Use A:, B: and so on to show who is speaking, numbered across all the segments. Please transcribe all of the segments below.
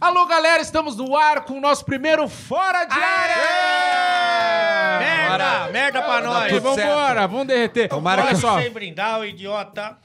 A: Alô, galera, estamos no ar com o nosso primeiro Fora de Área!
B: Merda! Merda pra nós!
A: Vamos vambora, vamos derreter.
C: Tomara
A: Olha
C: que-
A: só,
B: Sem brindar, o idiota.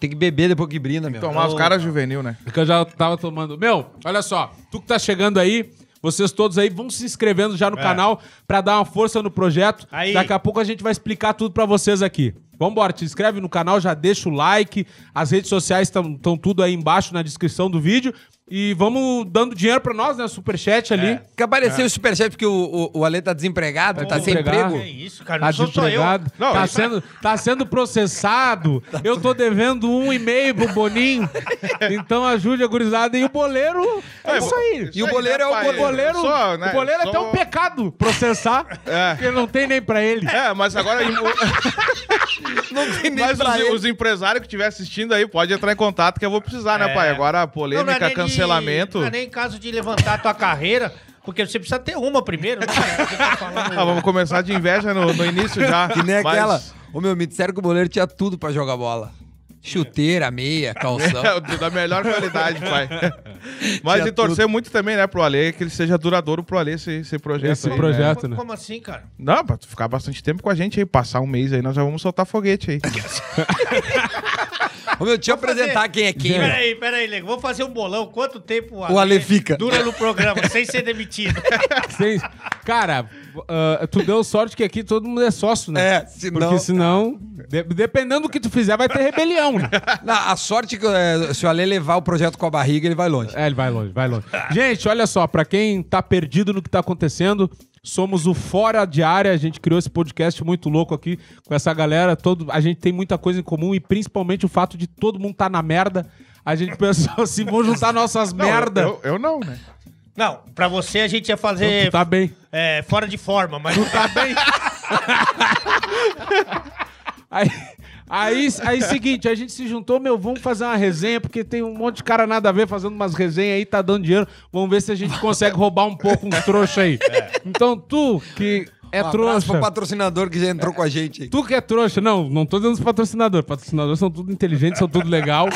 C: Tem que beber depois que brinda, meu.
D: Tomar os caras juvenil, né?
A: porque eu já tava tomando. Meu, olha só, tu que tá chegando aí, vocês todos aí vão se inscrevendo
C: É.
A: já no canal pra dar uma força no projeto.
B: Aí.
A: Daqui a pouco a gente vai explicar tudo pra vocês aqui. Vambora, te inscreve no canal, já deixa o like, as redes sociais estão tudo aí embaixo na descrição do vídeo. E vamos dando dinheiro pra nós, né? Superchat ali.
C: Que
D: É.
C: apareceu o superchat porque o, o, o Ale tá desempregado, tá sem
A: desempregado.
C: emprego.
B: Que isso, cara?
A: Tá
B: Não sou só eu.
A: desempregado,
B: Não,
A: tá,
B: isso- é
A: sendo, tá sendo processado. Eu tô devendo um e-mail pro Boninho. Então ajude a gurizada. E o boleiro é isso aí.
C: E o boleiro é o
A: O
D: pai?
A: boleiro,
D: Só, né?
A: o boleiro é
D: Só-
A: até um pecado processar,
D: É.
A: porque não tem nem pra ele.
D: É, mas agora.
C: Não tem nem
D: mas
C: pra
D: os,
C: ele.
D: os empresários que estiver assistindo aí, pode entrar em contato que eu vou precisar, né,
B: É.
D: pai?
B: Não,
D: Agora
B: não é
D: polêmica,
B: nem de-
D: cancelamento.
B: não é nem caso de levantar a tua carreira, porque você precisa ter uma primeiro. Né? cara? Você tá falando-
D: Ah, vamos começar de inveja no, no início já.
C: Que nem
D: mas-
C: aquela. Ô meu, me disseram que o goleiro tinha tudo pra jogar bola. Chuteira, meia, calção.
D: É, o- da melhor qualidade, pai. Mas
C: Tinha
D: e torcer muito também, né, pro Ale, que ele seja duradouro pro Ale esse, esse projeto
A: Esse
D: aí,
A: projeto.
D: Né?
A: Certo, né?
B: Como assim, cara?
D: Não, pra tu ficar bastante tempo com a gente aí, passar um mês aí, nós já vamos soltar foguete aí.
C: Ô meu, deixa eu apresentar
B: fazer.
C: quem é quem. meu.
B: Peraí, peraí, Lego. Vou fazer um bolão. Quanto tempo
C: O Ale fica.
B: dura no programa, sem ser demitido?
A: Sem- Cara, ah, tu deu sorte que aqui todo mundo é sócio, né?
C: É, senão-
A: Porque senão, de- dependendo do que tu fizer, vai ter rebelião, né?
C: Não, a sorte é que é, se o Ale levar o projeto com a barriga, ele vai longe.
A: É, ele vai longe, vai longe. Gente, olha só, pra quem tá perdido no que tá acontecendo, somos o Fora de Área, a gente criou esse podcast muito louco aqui com essa galera, todo, a gente tem muita coisa em comum e principalmente o fato de todo mundo tá na merda. A gente pensou assim, vamos juntar nossas
D: Não,
A: merda.
D: Eu, eu não, né?
B: Não, pra você a gente ia
A: Então,
B: fazer
A: tu tá bem.
B: é, fora de forma, mas...
A: Tá bem. aí, aí, aí, seguinte, a gente se juntou, meu, vamos fazer uma resenha, porque tem um monte de cara nada a ver fazendo umas resenhas aí, tá dando dinheiro. Vamos ver se a gente consegue roubar um pouco uns trouxa aí. Então, tu que é
C: É. um abraço
A: trouxa.
C: pro patrocinador que já entrou com a gente. aí.
A: Tu que é trouxa, não, não tô dizendo os patrocinadores. Patrocinadores são tudo inteligentes, são tudo legal.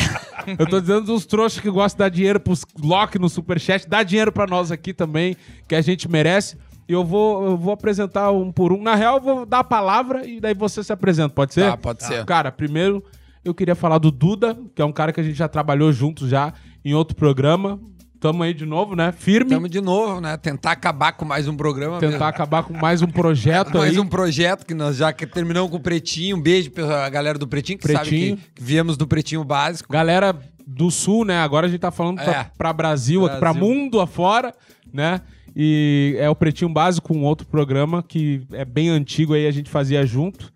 A: Eu tô dizendo os trouxas que gostam de dar dinheiro pros Loki no Superchat. Dá dinheiro pra nós aqui também, que a gente merece. E eu vou, eu vou apresentar um por um. Na real, eu vou dar a palavra e daí você se apresenta, pode ser?
C: Tá, pode ser.
A: Cara, primeiro eu queria falar do Duda, que é um cara que a gente já trabalhou junto já em outro programa. Tamo aí de novo, né? Firme.
C: Estamos de novo, né? Tentar acabar com mais um programa. mesmo.
A: Tentar acabar com mais um projeto
C: Mais
A: aí.
C: um projeto que nós já que terminamos com o Pretinho. Um beijo pra galera do Pretinho, que
A: Pretinho.
C: sabe que- que viemos do Pretinho Básico.
A: Galera do Sul, né? Agora a gente tá falando pra,
C: É.
A: pra Brasil, aqui, pra
C: Brasil.
A: mundo afora, né? E é o Pretinho Básico, um outro programa que é bem antigo aí, a gente fazia junto.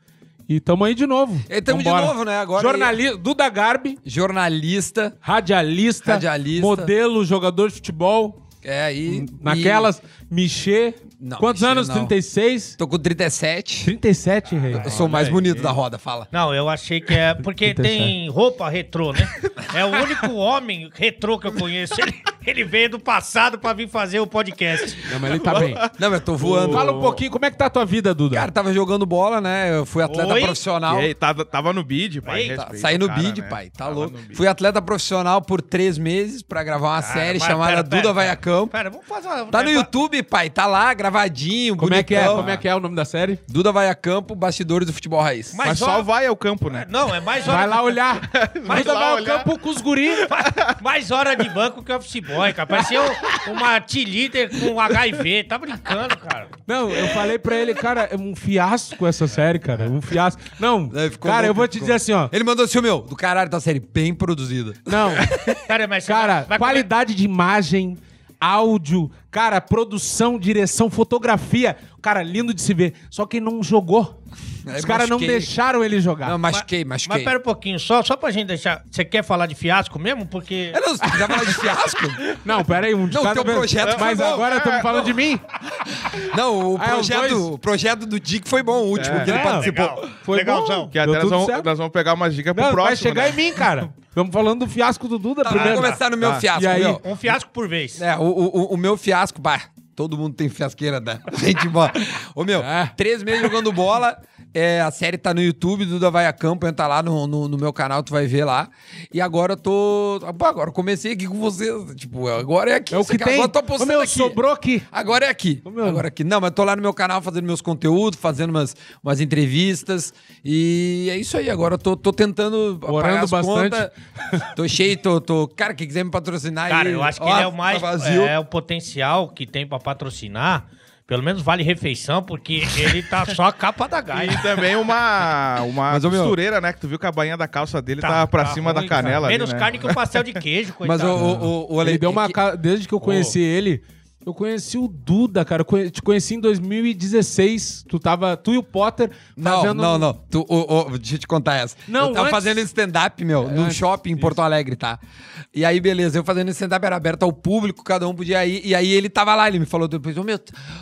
A: E tamo aí de novo.
C: E tamo de
A: Vambora.
C: novo, né? Agora-
A: Jornali... Duda Garbi,
C: jornalista.
A: radialista,
C: Radialista.
A: modelo, jogador de futebol,
C: É, e.
A: naquelas, Michê.
C: Não,
A: Quantos
C: Michê
A: anos?
C: não.
A: 36?
C: e tô com 37.
A: 37, rei.
C: Eu sou o mais bonito da roda, fala.
B: Não, eu achei que é... Porque tem roupa retrô, né? É o único homem retrô que eu conheço. Ele, ele veio do passado pra vir fazer o podcast.
A: Não, mas ele tá bem.
C: Não, mas eu tô voando.
A: Fala um pouquinho, como é que tá a tua vida, Duda?
C: Cara, tava jogando bola, né? Eu fui atleta
B: Oi?
C: profissional.
D: E aí, tava, tava no bid, pai.
B: Eita,
D: respeita
C: Saí no
D: o cara,
C: bid,
D: né?
C: pai. Tá
D: Tava
C: louco.
D: no bid.
C: Fui atleta profissional por três meses pra gravar uma série
B: mas
C: chamada
B: pera, pera,
C: Duda Vai
B: pera.
C: a Campo.
B: Pera, vamos fazer uma... é,
C: Tá no YouTube, pai. Tá lá, gravadinho,
A: como é que é?
C: bonitão.
A: Como é que é o nome da série?
C: Duda Vai a Campo, bastidores do futebol raiz.
B: Mas
D: Mas
B: olha-
D: só vai ao campo, né?
B: Não, é mais hora,
A: Vai lá olhar.
D: Vai
A: Duda
D: lá
A: vai ao
D: olhar.
A: campo com os guris.
B: mais hora de banco que office boy, cara. Parecia um- uma T-Líder com HIV. Tá brincando, cara.
A: Não, eu falei pra ele, cara, é um fiasco essa série, cara. Um fiasco. Não,
C: Daí ficou
A: cara,
C: louco,
A: eu vou te
C: ficou.
A: dizer assim, ó.
C: Ele mandou assim, "Ô, meu, do caralho, tá série bem produzida.
A: Não,
B: Cara, mas você
A: cara,
B: vai- vai
A: qualidade de imagem, áudio, cara, produção, direção, fotografia. Cara, lindo de se ver. Só que não jogou.
C: Aí
A: Os caras não
C: machuquei.
A: deixaram ele jogar.
C: Não, machuquei,
B: comer-
C: machuquei.
B: Mas pera um pouquinho, só, só pra gente deixar. Você quer falar de fiasco mesmo? Porque.
C: Eu não, você quiser falar de fiasco?
A: Não, pera aí, um de
C: Não,
A: cada
C: teu
A: vez.
C: projeto
A: Mas
C: foi bom. É,
A: agora estamos falando de mim.
C: Não, o
A: Ah, é os dois?
C: projeto, o projeto do Dick foi bom, o último que ele
A: É,
C: participou.
B: Legal.
A: Foi
B: Legalzão.
A: bom.
D: Que até
A: Deu
D: nós
A: tudo
D: vamos,
A: certo.
D: nós vamos pegar umas dicas pro
A: Não,
D: próximo.
A: vai chegar
D: né?
A: em mim, cara. Estamos falando do fiasco do Duda
C: Tá,
A: primeiro.
C: vamos começar no meu
D: Tá.
C: fiasco,
A: E aí?
C: meu.
B: Um fiasco por vez.
C: É, o, o, o- o meu fiasco, bah, todo mundo tem fiasqueira, né? Gente, bola. Ô, meu,
A: É.
C: três meses jogando bola, É, a série tá no YouTube, Duda Vai a Campo, entra lá no, no, no meu canal, tu vai ver lá. E agora eu tô. Pô, agora eu comecei aqui com vocês. Tipo, agora é aqui.
A: É o que
C: Agora
A: tem.
C: eu tô
A: Ô,
C: postando
A: meu,
C: aqui.
A: sobrou aqui.
C: Agora é aqui.
A: Ô, meu.
C: Agora é aqui. Não, mas eu tô lá no meu canal fazendo meus conteúdos, fazendo umas, umas entrevistas. E é isso aí. Agora eu tô, tô tentando
A: Orando bastante.
C: Tô cheio, tô, tô- Cara, quem quiser me patrocinar
B: Cara,
C: aí,
B: eu acho que
C: ó,
B: ele é o mais.
C: Tá vazio.
B: É o potencial que tem pra patrocinar. Pelo menos vale refeição, porque ele tá só a capa da gaia.
D: E também uma, uma
C: Mas, ô, meu-
D: costureira, né? Que tu viu que a bainha da calça dele tá,
B: Tá-
D: pra
B: tá
D: cima da
B: ruim, cara.
D: canela ali,
B: Menos
D: né?
B: carne que o pastel de queijo,
C: Mas
B: coitado.
C: o, o, o, o Ale-
A: Ele deu uma.
C: é que-
A: ca- Desde que eu conheci ele, eu conheci o Duda, cara. Eu conhe- te conheci em 2016. Tu tava. Tu e o Potter
C: Não,
A: fazendo.
C: não, não. Tu, ô, ô, deixa eu te contar essa.
A: Tá um- Não,
C: eu tava
A: antes-
C: fazendo stand-up, meu, num shopping em Porto Alegre, tá? E aí, beleza, eu fazendo stand-up era aberto ao público, cada um podia ir. E aí ele tava lá, ele me falou depois, ô meu,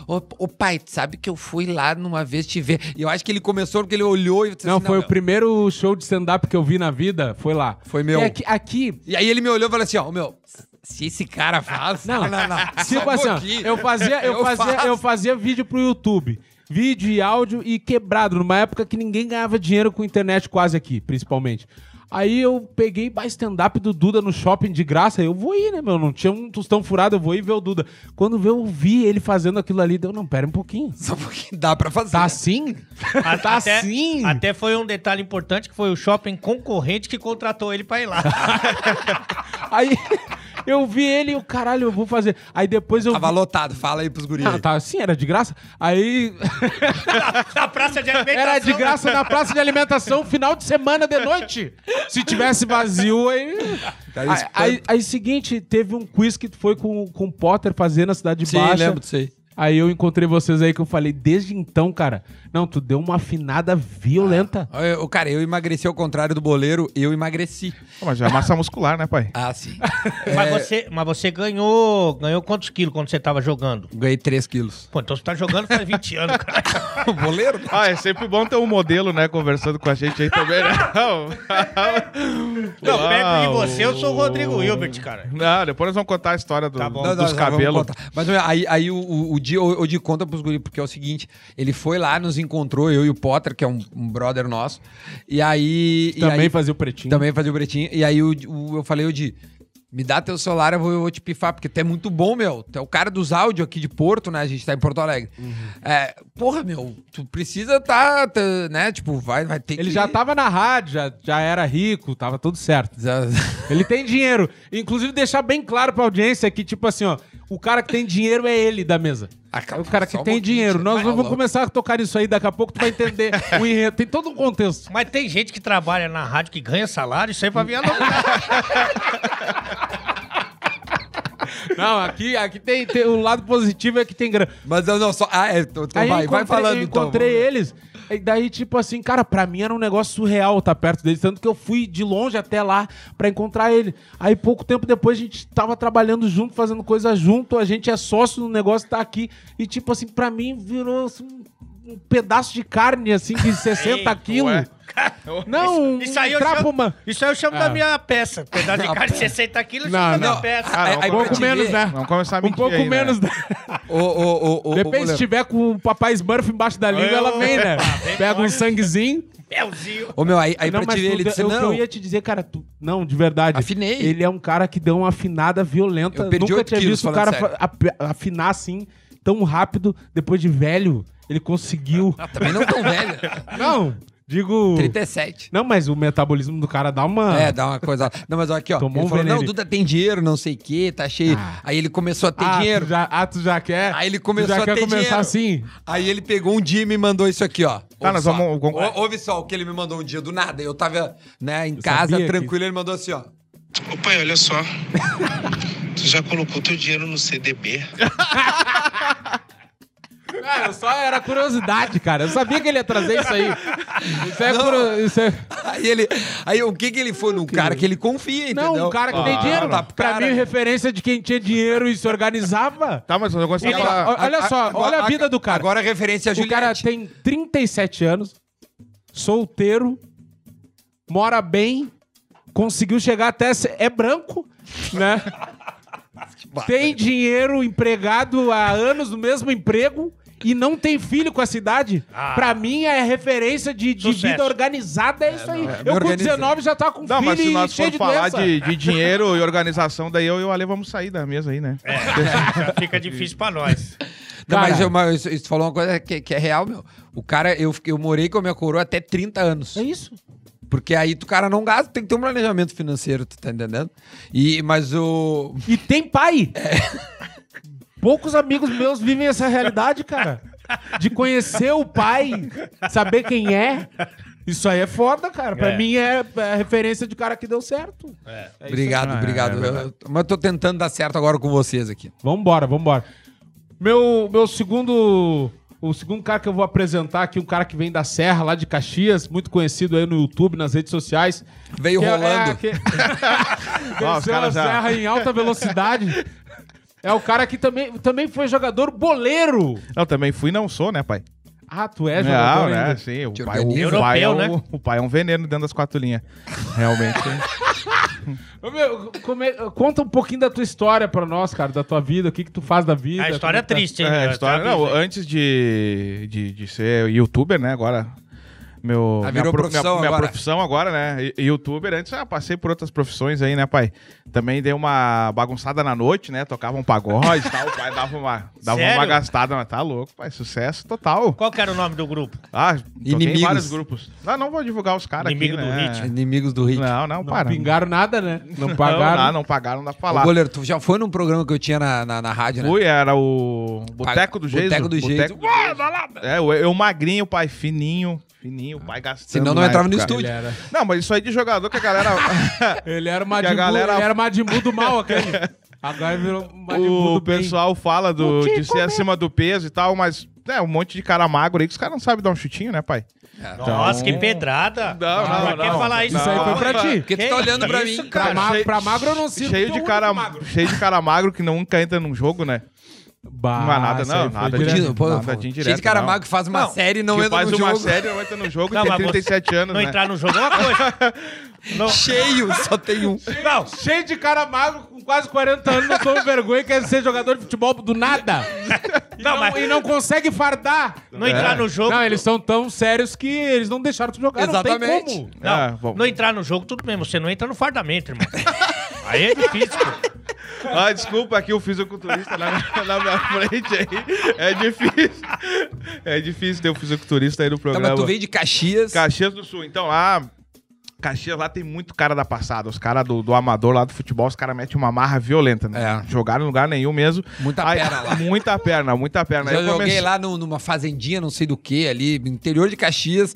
C: ô, ô, pai, tu sabe que eu fui lá numa vez te ver. E eu acho que ele começou porque ele olhou e disse
A: Não,
C: assim,
A: foi o
C: meu.
A: primeiro show de stand-up que eu vi na vida. Foi lá.
C: Foi meu.
A: E aqui. aqui-
C: E aí ele me olhou e falou assim, ó, ô meu, se esse cara faz...
A: não, Tipo
C: só um
A: assim, ó,
C: pouquinho.
A: eu fazia, eu, fazia,
C: faço.
A: eu fazia vídeo pro YouTube. Vídeo e áudio e quebrado, numa época que ninguém ganhava dinheiro com internet quase aqui, principalmente. Aí eu peguei bah, stand-up do Duda no shopping de graça. Eu vou ir, né, meu? Não tinha um tostão furado, eu vou ir ver o Duda. Quando eu vi ele fazendo aquilo ali, deu, não, pera um pouquinho.
C: Só porque dá pra fazer.
A: Tá assim?
B: A-
A: tá
B: até,
A: assim?
B: Até foi um detalhe importante que foi o shopping concorrente que contratou ele pra ir lá.
A: Aí eu vi ele e o caralho, eu vou fazer. Aí depois eu.
C: Tava
A: vi-
C: lotado, fala aí pros guris.
A: Ah,
C: aí.
A: tá assim, era de graça. Aí
B: Na praça de alimentação.
A: Era de graça né? na praça de alimentação, final de semana de noite. Se tivesse vazio, aí.
C: Cara,
A: Aí-
C: espanto.
A: Aí, aí, seguinte, teve um quiz que foi com, com o Potter fazer na Cidade
C: Sim,
A: Baixa.
C: lembro disso aí.
A: Aí eu encontrei vocês aí que eu falei, desde então, cara. Não, tu deu uma afinada violenta.
C: Olha, ô, Cara, eu emagreci ao contrário do boleiro, eu emagreci.
D: Pô, Mas já é massa muscular, né, pai?
C: Ah, sim.
B: Mas você, mas você ganhou, ganhou quantos quilos quando você tava jogando?
C: Ganhei 3 quilos.
B: Pô, então você tá jogando faz 20 anos, cara.
C: O boleiro?
D: Ah, é sempre bom ter um modelo, né, conversando com a gente aí também, né?
B: Não,
D: Uau.
B: perto de você, eu sou o Rodrigo Hilbert, cara.
D: Não, depois nós vamos contar a história do,
B: Tá bom.
D: dos
C: já vamos
D: cabelos.
C: contar. Mas olha, aí, aí o, o, o Di, o, o Di conta pros guri, porque é o seguinte, ele foi lá, nos encontrou, eu e o Potter, que é um, um brother nosso, e aí... Ah, e
A: também
C: aí-
A: fazia o pretinho.
C: Também fazia o Bretinho. E aí o, o- eu falei, o Di, me dá teu celular, eu vou, eu vou te pifar, porque tu é muito bom, meu. Tu é o cara dos áudios aqui de Porto, né? A gente tá em Porto Alegre. É, porra, meu, tu precisa tá, tá, né? Tipo, vai, vai ter
A: Ele
C: que...
A: já tava na rádio, já, já era rico, tava tudo certo.
C: Já-
A: Ele tem dinheiro. Inclusive, deixar bem claro pra audiência que, tipo assim, ó, o cara que tem dinheiro é ele da mesa.
C: Ah, calma,
A: é o cara
C: só
A: que
C: um
A: tem
C: pouquinho,
A: dinheiro.
C: você
A: Nós
C: vai
A: vamos
C: logo.
A: começar a tocar isso aí, daqui a pouco tu vai entender o enredo. Tem todo um contexto.
B: Mas tem gente que trabalha na rádio que ganha salário, isso aí pra é viajar
A: Não, aqui, aqui tem, tem o lado positivo é que tem grana.
C: Mas eu não, só... Ah, é, então
A: Aí eu
C: vai, vai
A: encontrei,
C: falando,
A: eu
C: então.
A: encontrei eles. E daí, tipo assim, cara, pra mim era um negócio surreal estar perto deles. Tanto que eu fui de longe até lá pra encontrar ele. Aí, pouco tempo depois, a gente tava trabalhando junto, fazendo coisa junto. A gente é sócio no negócio, tá aqui. E, tipo assim, pra mim virou assim, um pedaço de carne, assim, de 60 quilos. Um Não,
B: Isso aí
A: um
B: eu
A: trapo,
B: chamo,
A: mano.
B: isso aí eu chamo
A: Ah.
B: da minha peça. Pedaço de
C: Não,
B: carne de 60 quilos, eu
A: Não,
B: chamo da minha
A: não.
B: peça.
D: Ah,
C: Aí- aí
D: não,
A: Um
D: vamos-
A: pouco
C: é pra te
A: menos,
C: ver.
A: né?
D: Vamos começar a
A: Um
D: mentir
A: pouco
D: aí, né?
A: menos. né?
C: Ô, ô, ô, ô, ô,
A: Depende, se
C: boleiro.
A: tiver com o papai Smurf embaixo da língua, ela vem, né? Pega um sanguezinho.
B: Melzinho.
C: Ô, meu, aí, aí pra
A: mas
C: te ver,
A: tu
C: ele
A: deu- é
C: disse,
A: eu,
C: não,
A: eu ia te dizer, cara, tu- não, de verdade.
C: Afinei.
A: Ele é um cara que deu uma afinada violenta.
C: Eu perdi
A: Nunca
C: oito
A: tinha
C: quilos,
A: visto o
C: falando
A: cara fa- ap- afinar assim, tão rápido, depois de velho. Ele conseguiu.
C: também não tão velho.
A: não, digo...
C: 37.
A: Não, mas o metabolismo do cara dá uma...
C: É, dá uma coisa. Não, mas aqui, ó.
A: Ah. Tomou
C: ele
A: um
C: falou, não,
A: veneno.
C: Duda tem dinheiro, não sei o quê, tá cheio. Aí ele começou a ter
A: ah,
C: dinheiro.
A: Tu já, ah, tu já quer?
C: Aí ele
A: Tu
C: começou
A: já
C: a
A: quer
C: ter
A: começar
C: dinheiro.
A: assim?
C: Aí ele pegou um dia e me mandou isso aqui, ó. Ouve
D: Tá, nós
C: só.
D: vamos- vamos-
C: Ou- Ouve só o que ele me mandou um dia do nada. Eu tava, né, em casa,
A: sabia que-
C: tranquilo, ele mandou assim, ó.
E: Ô pai, olha só. Tu já colocou teu dinheiro no CDB?
A: Cara, só era curiosidade, cara. Eu sabia que ele ia trazer isso aí. Isso é...
C: Não.
A: curo- Isso é...
C: Aí ele. Aí o que que ele foi? Num cara que ele confia, entendeu?
A: Não, um cara que tem
D: Claro.
A: dinheiro.
C: Tá pro
A: pra
C: cara.
A: mim, referência de quem tinha dinheiro e se organizava.
D: Tá, mas eu gostaria de
A: Ele-
D: falar...
A: olha só, olha a vida do cara.
C: Agora é referência a
A: O cara
C: Juliette.
A: tem 37 anos, solteiro, mora bem, conseguiu chegar até. se- É branco, né? Tem dinheiro empregado há anos no mesmo emprego e não tem filho com a cidade,
B: Ah.
A: pra mim é referência de, de
B: Sucesso.
A: vida organizada, é isso aí. eu com
C: organiza.
A: 19 já tava com
D: Não,
A: filho
D: mas se
A: e
D: nós
A: cheio
D: for
A: de
D: falar
A: doença.
D: de, de dinheiro e organização, daí eu e o Ale vamos sair da mesa aí, né?
B: Já fica difícil pra nós.
C: Não,
A: Cara.
C: mas, eu, mas isso- isso falou uma coisa que, que é real, meu. O cara, eu, fiquei- eu morei com a minha coroa até 30 anos.
A: É isso.
C: Porque aí tu, cara, não gasta, tem que ter um planejamento financeiro, tu tá entendendo? E, mas o.
A: E tem pai. Poucos amigos meus vivem essa realidade, cara. De conhecer o pai, saber quem é. Isso aí é foda, cara. Pra
B: É.
A: mim é, é referência de cara que deu certo. É isso aí.
C: obrigado, obrigado. Eu- eu- mas eu tô tentando dar certo agora com vocês aqui.
A: Vambora, vambora. Meu, meu segundo. O segundo cara que eu vou apresentar aqui, um cara que vem da Serra, lá de Caxias, muito conhecido aí no YouTube, nas redes sociais.
C: Veio
A: Que é-
C: rolando.
A: É, que...
D: Ó, os
A: Desceu a
D: caras já-
A: Serra em alta velocidade. É o cara que também, também foi jogador boleiro.
D: Eu também fui, não sou, né, pai?
A: Ah, tu é jogador
D: não, né?
A: ainda.
D: Sim, o
C: Te
D: pai,
C: organiza.
D: o, pai é
B: Europeu,
D: um-
B: né?
D: o pai é um veneno dentro das quatro linhas. Realmente.
A: Ô, meu, como é- conta um pouquinho da tua história pra nós, cara, da tua vida, o que que tu faz da vida.
B: A história é
A: como que tá-
B: triste, hein?
D: é,
B: Eu
D: a história,
B: te
D: não,
B: aviso aí.
D: antes de, de, de ser youtuber, né, agora... Meu,
C: Ah, virou
D: minha,
C: profissão
D: minha
C: agora.
D: profissão agora, né? e- Youtuber, antes ah, passei por outras profissões aí, né, pai? Também dei uma bagunçada na noite, né? Tocava um pagode e tal, o pai dava uma, dava uma
B: Sério?
D: gastada, mas tá louco, pai. Sucesso total.
B: Qual que era o nome do grupo?
D: Ah, toquei em
C: Inimigos.
D: vários grupos. Ah, não vou divulgar os caras aqui,
B: Inimigo do
D: né?
B: ritmo.
C: Inimigos do ritmo.
D: Não, não,
A: Não
D: para.
A: pingaram nada, né? Não
D: Não,
A: pagaram.
D: não, não pagaram da
C: Ô,
D: palavra.
C: goleiro, tu já foi num programa que eu tinha na, na, na rádio, né?
D: Fui, era o Boteco do Geiso.
C: Boteco do Geiso.
D: Geiso. É, eu, eu magrinho, pai fininho, fininho, pai gastando.
C: Ah. Senão não
D: na
C: entrava no
D: época.
C: estúdio.
A: Ele era,
D: Não, mas isso aí de jogador que a galera...
A: ele era o
D: a
A: Majin Buu-
D: galera-
A: ele era o Majin Buu do mal aquele. Agora virou o Majin Buu do
D: o
A: bem.
D: pessoal fala do, de ser acima do peso e tal, mas... É, um monte de cara magro aí que os caras não sabem dar um chutinho, né, pai?
B: Nossa, que pedrada.
D: Não, não,
B: pra que
D: não.
B: falar isso?
A: Isso aí foi
B: agora?
A: pra ti.
C: Porque tu tá
A: é
C: olhando
B: é
C: pra mim,
A: Pra,
C: cara.
A: ma-
D: cheio-
A: pra magro eu não sirvo.
D: Cheio
A: porque
D: de,
A: eu
D: cara,
A: ando magro.
D: cheio de cara magro que nunca entra num jogo, né?
A: Bah,
D: Não é nada,
A: isso
D: não,
A: aí foi
D: nada
A: direto.
D: disso.
C: Pô,
D: Não,
C: pô,
D: tá de indireto,
C: cheio de cara
D: não.
C: magro que faz uma série e não
D: que
C: entra
D: faz
C: no
D: uma
C: jogo.
D: série, não entra no jogo
B: Não,
D: e tem
B: mas você-
D: 37 anos,
B: Não
D: né?
B: entrar no jogo é uma coisa. Não,
C: Cheio, só tem um.
B: não,
A: Cheio de cara magro com quase 40 anos, não toma vergonha e quer ser jogador de futebol do nada. E não,
B: Não, mas-
A: e não consegue fardar.
B: não entrar no jogo.
A: Não, eles são tão sérios que eles não deixaram tu jogar, não
C: Exatamente.
A: tem como.
B: Não,
D: É, bom.
B: não entrar no jogo, tudo bem. Você não entra no fardamento, irmão. Aí é difícil, pô.
D: Ah, desculpa aqui o fisiculturista na, minha- na minha frente aí. É difícil. É difícil ter um fisiculturista aí no
C: Tá,
D: programa.
C: mas tu veio de Caxias.
D: Caxias do Sul, então lá. Caxias lá tem muito cara da passada. Os caras do, do amador lá do futebol, os caras metem uma marra violenta, né?
C: É.
D: Jogaram em lugar nenhum mesmo.
C: Muita perna lá.
D: Muita perna, muita perna.
C: Eu
D: Aí
C: joguei
D: comecei-
C: lá no- numa fazendinha, não sei do que, ali, no interior de Caxias.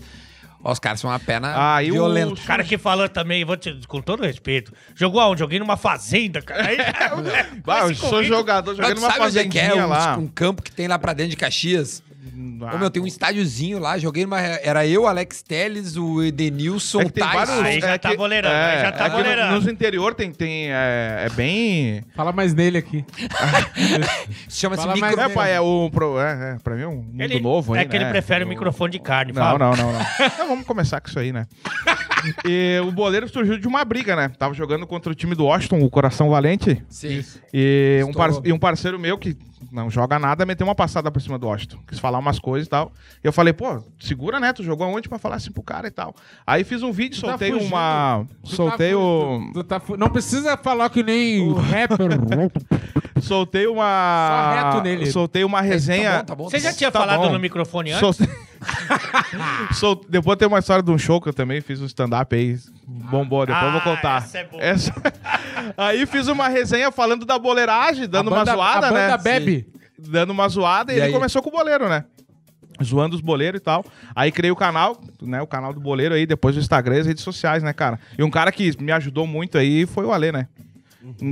C: Ó, os caras são uma perna
D: Aí Ah, o-
C: violenta.
B: O cara que falou também, vou te, com todo respeito, jogou aonde? Joguei numa fazenda, cara. Aí, é um
D: Bah, Ah, eu
B: esse
D: sou
B: convite-
D: jogador,
C: Mas
D: joguei
C: tu
D: numa
C: sabe onde é que
D: fazendinha
C: é um,
D: lá.
C: um campo que tem lá pra dentro de Caxias?
D: Ah,
C: Ô, meu, tem um estádiozinho lá, joguei numa. Era eu, Alex Teles, o Edenilson,
D: É
C: o
D: que tem vários,
C: Tyson.
B: Aí já
D: é
B: tá
D: que-
B: boleirando, aí já tá
D: é que no-
B: boleirando.
D: Nos interior tem, tem é, é bem...
A: Fala mais nele aqui.
C: Isso Chama-se
A: Fala
C: micro.
A: mais-
D: É, pai, é o... Pro, é, é, pra mim é um mundo
B: Ele-
D: novo aí,
B: É que ele
D: né?
B: prefere o
D: Eu-
B: microfone de carne.
D: Não,
B: fala.
D: não, não, não. Então vamos começar com isso aí, né? E o boleiro surgiu de uma briga, né? Tava jogando contra o time do Washington, o Coração Valente.
C: Sim.
D: E um, par-
C: Estourou.
D: e um parceiro meu que não joga nada meteu uma passada por cima do Washington. Quis falar umas coisas e tal. E eu falei, pô, segura, né? Tu jogou aonde pra falar assim pro cara e tal. Aí fiz um vídeo,
A: tá
D: soltei
A: fugindo.
D: uma.
A: Tu tá
D: Soltei
A: fu-
D: o.
A: tu tá fu- não precisa falar que nem rapper.
D: Soltei uma.
A: Só reto nele.
D: Soltei uma resenha.
C: Tá bom, tá bom.
B: Você
C: tá
B: já
C: bom.
B: tinha
D: Tá
B: falado
D: bom.
B: no microfone antes?
D: Soltei... Sol- Depois tem uma história de um show que eu também fiz um stand-up aí. Bombou, depois eu vou
B: Ah,
D: contar.
B: essa é boa.
D: Essa- Aí fiz uma resenha falando da boleiragem, dando
A: A banda-
D: uma zoada,
A: a banda
D: né?
A: bebe.
D: Sim. Dando uma zoada e,
C: E
D: ele
C: aí?
D: começou com o boleiro, né? Zoando os boleiros e tal. Aí criei o canal, né? O canal do boleiro aí, depois o Instagram e as redes sociais, né, cara? E um cara que me ajudou muito aí foi o Ale, né?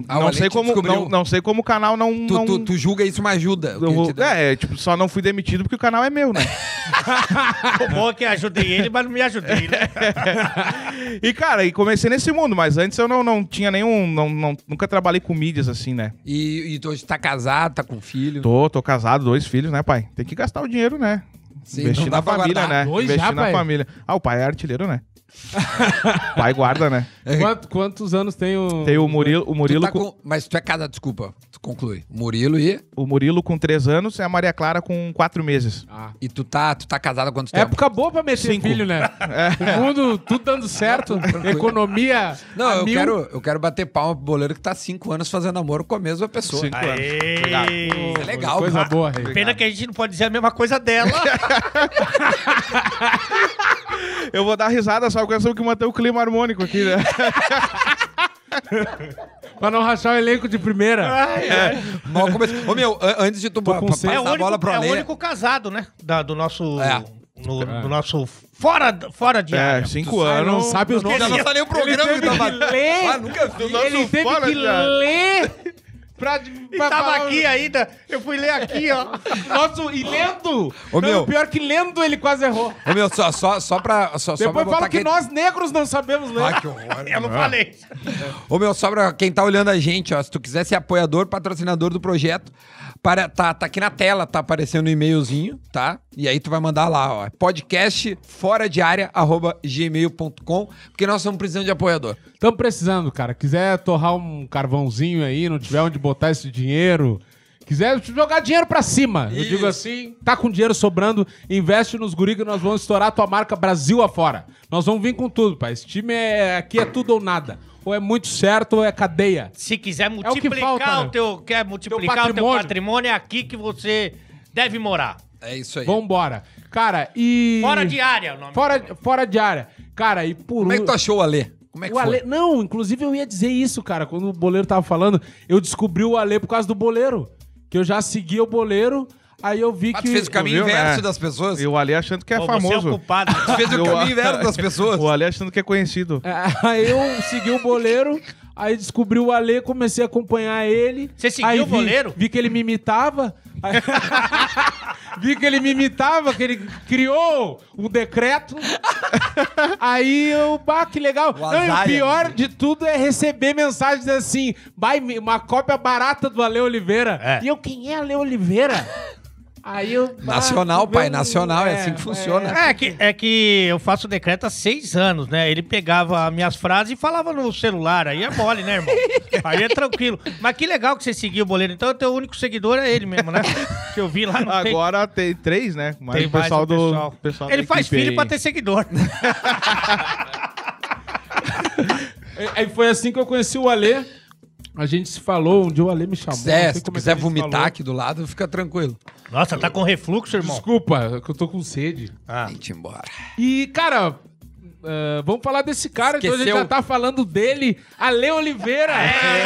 C: Ah, o
D: não,
C: Ale
D: sei
C: te
D: como,
C: descobriu.
D: não, não sei como o canal não.
C: Tu,
D: não-
C: tu- tu julga isso uma ajuda.
D: eu vou-
C: porque-
D: é, tipo, só não fui demitido porque o canal é meu, né?
B: O bom é que eu ajudei ele, mas não me ajudei, né?
D: E, cara, e comecei nesse mundo, mas antes eu não, não tinha nenhum. Não, não- nunca trabalhei com mídias assim, né?
C: E, e tu hoje tá casado, tá com filho.
D: Tô, tô casado, dois filhos, né, pai? Tem que gastar o dinheiro, né?
C: Sim,
D: Investir
C: não dá
D: na
C: pra
D: família,
C: guardar.
D: né?
A: Dois
D: Investir
A: já,
D: na
A: pai?
D: família. Ah, o pai é artilheiro, né? pai guarda, né?
A: Quanto- quantos anos tem o.
D: Tem o Murilo, o
C: Tu
D: Murilo,
C: tá
D: com,
C: com- Mas tu é cada, desculpa, tu conclui. Murilo e.
D: o Murilo com 3 anos e a Maria Clara com 4 meses.
A: Ah.
C: E tu tá, tu tá casado há quanto tempo?
A: É Época boa pra mexer filho, né? O mundo, tudo dando certo, economia.
C: Não,
A: a
C: eu
A: mil.
C: quero, eu quero bater palma pro boleiro que tá há cinco anos fazendo namoro com a mesma pessoa.
D: Cinco anos. Obrigado.
B: Aê.
C: É legal,
A: Coisa
C: cara.
A: boa, Rei.
B: Pena que a gente não pode dizer a mesma coisa dela.
D: Eu vou dar risada só porque eu soube que manter o clima harmônico aqui, né?
A: Pra não rachar o elenco de
D: É,
A: primeira.
C: Mal começo. Ô, meu, an- antes de tu ba-
A: com
C: pa-
A: seis.
C: passar
B: é
A: Essa
B: o
C: a bola
B: único,
C: pro
B: é o
C: Alê,
B: único casado, né? Da- do nosso.
C: É.
B: no- do nosso. Fora, fora de
D: É,
B: área.
D: 5
A: Ah,
D: anos.
A: não sabe o nome.
C: já não
A: Ele
C: tá nem o programa
A: teve
C: que tava-
A: que ler.
C: Ah, nunca vi.
A: Ele teve
D: fora
A: que
D: de área.
A: ler. Pra,
B: E
A: pra-
B: tava
A: pra-
B: aqui ainda. Eu fui ler aqui, ó.
A: Nosso, e lendo.
C: Ô,
A: Não,
C: meu.
A: o Pior que lendo ele quase errou.
C: Ô, meu, só, só, só pra. Só, só pra
A: Depois
C: botar
A: fala que
C: quem-
A: nós negros não sabemos ler.
C: Ah, que horror.
B: Eu não falei.
C: Ô meu, só pra quem tá olhando a gente, ó, se tu quiser ser apoiador, patrocinador do projeto, para, tá, tá aqui na tela, tá aparecendo o e-mailzinho, tá? E aí tu vai mandar lá, ó, podcast fora de área, arroba gmail.com, porque nós estamos precisando de apoiador.
A: Estamos precisando, cara. Quiser torrar um carvãozinho aí, não tiver onde botar esse dinheiro. Quiser jogar dinheiro pra cima. Eu
C: Isso.
A: digo assim, tá com dinheiro sobrando, investe nos guri que nós vamos estourar tua marca Brasil afora. Nós vamos vir com tudo, pai. Esse time é, aqui é tudo ou nada. Ou é muito certo ou é cadeia.
B: Se quiser
A: É o que
B: multiplicar o,
A: falta, né?
B: teu. Quer multiplicar o teu
A: patrimônio.
B: patrimônio, é aqui que você deve morar.
C: É isso aí.
A: Vambora. Cara, e...
B: Fora de área, é o nome.
A: Fora, fora de área. Cara, e por
C: Como é que
A: um-
C: tu achou o Alê? Como é que
A: o Ale...
C: foi?
A: Não, inclusive eu ia dizer isso, cara. Quando o boleiro tava falando, eu descobri o Ale por causa do boleiro. Que eu já seguia o boleiro, aí eu vi
C: Ah,
A: que.
C: tu fez o caminho
D: viu, né?
C: inverso das pessoas?
D: E o Ali achando que é
B: Pô, Você é o
D: famoso.
B: culpado.
C: Tu fez o
D: Eu-
C: caminho inverso das pessoas?
D: o Ali achando que é conhecido.
A: Aí eu segui o boleiro, aí descobri o Ale, comecei a acompanhar ele.
B: Você seguiu
A: Aí
B: o
A: vi-
B: boleiro?
A: Vi que ele me imitava. aí- vi que ele me imitava, que ele criou o decreto. aí eu, bah, que legal.
C: O
A: Não, e o
C: azar, é
A: pior
C: amigo.
A: de tudo é receber mensagens assim, vai, me- uma cópia barata do Ale Oliveira.
B: É.
A: E eu, quem é Ale Oliveira? Aí eu. bah,
C: Nacional,
A: tu
C: pai,
A: vê um-
C: nacional, é assim que funciona.
B: É que, é que eu faço decreto há seis anos, né? Ele pegava minhas frases e falava no celular. Aí é mole, né, irmão? Aí é tranquilo. Mas que legal que você seguiu o boleiro. Então, o teu único seguidor é ele mesmo, né? Que eu vi lá no
D: Agora tem três, né? Mas o pessoal do. pessoal da
B: um Ele faz
D: equipe
B: filho
D: aí.
B: pra ter seguidor.
A: É, Aí foi assim que eu conheci o Alê. A gente se falou, um dia o Alê me chamou. não
C: Zé,
A: sei
C: se tu
A: como é que
C: quiser
A: a gente
C: vomitar
A: falou.
C: aqui do lado, fica tranquilo.
B: Nossa, tá com refluxo, irmão.
A: Desculpa, é que eu tô com sede.
B: Ah.
C: Gente, embora.
A: E, cara, ah, vamos falar desse cara, então a gente
C: Esqueceu.
A: já tá falando dele, Alê Oliveira.
B: É,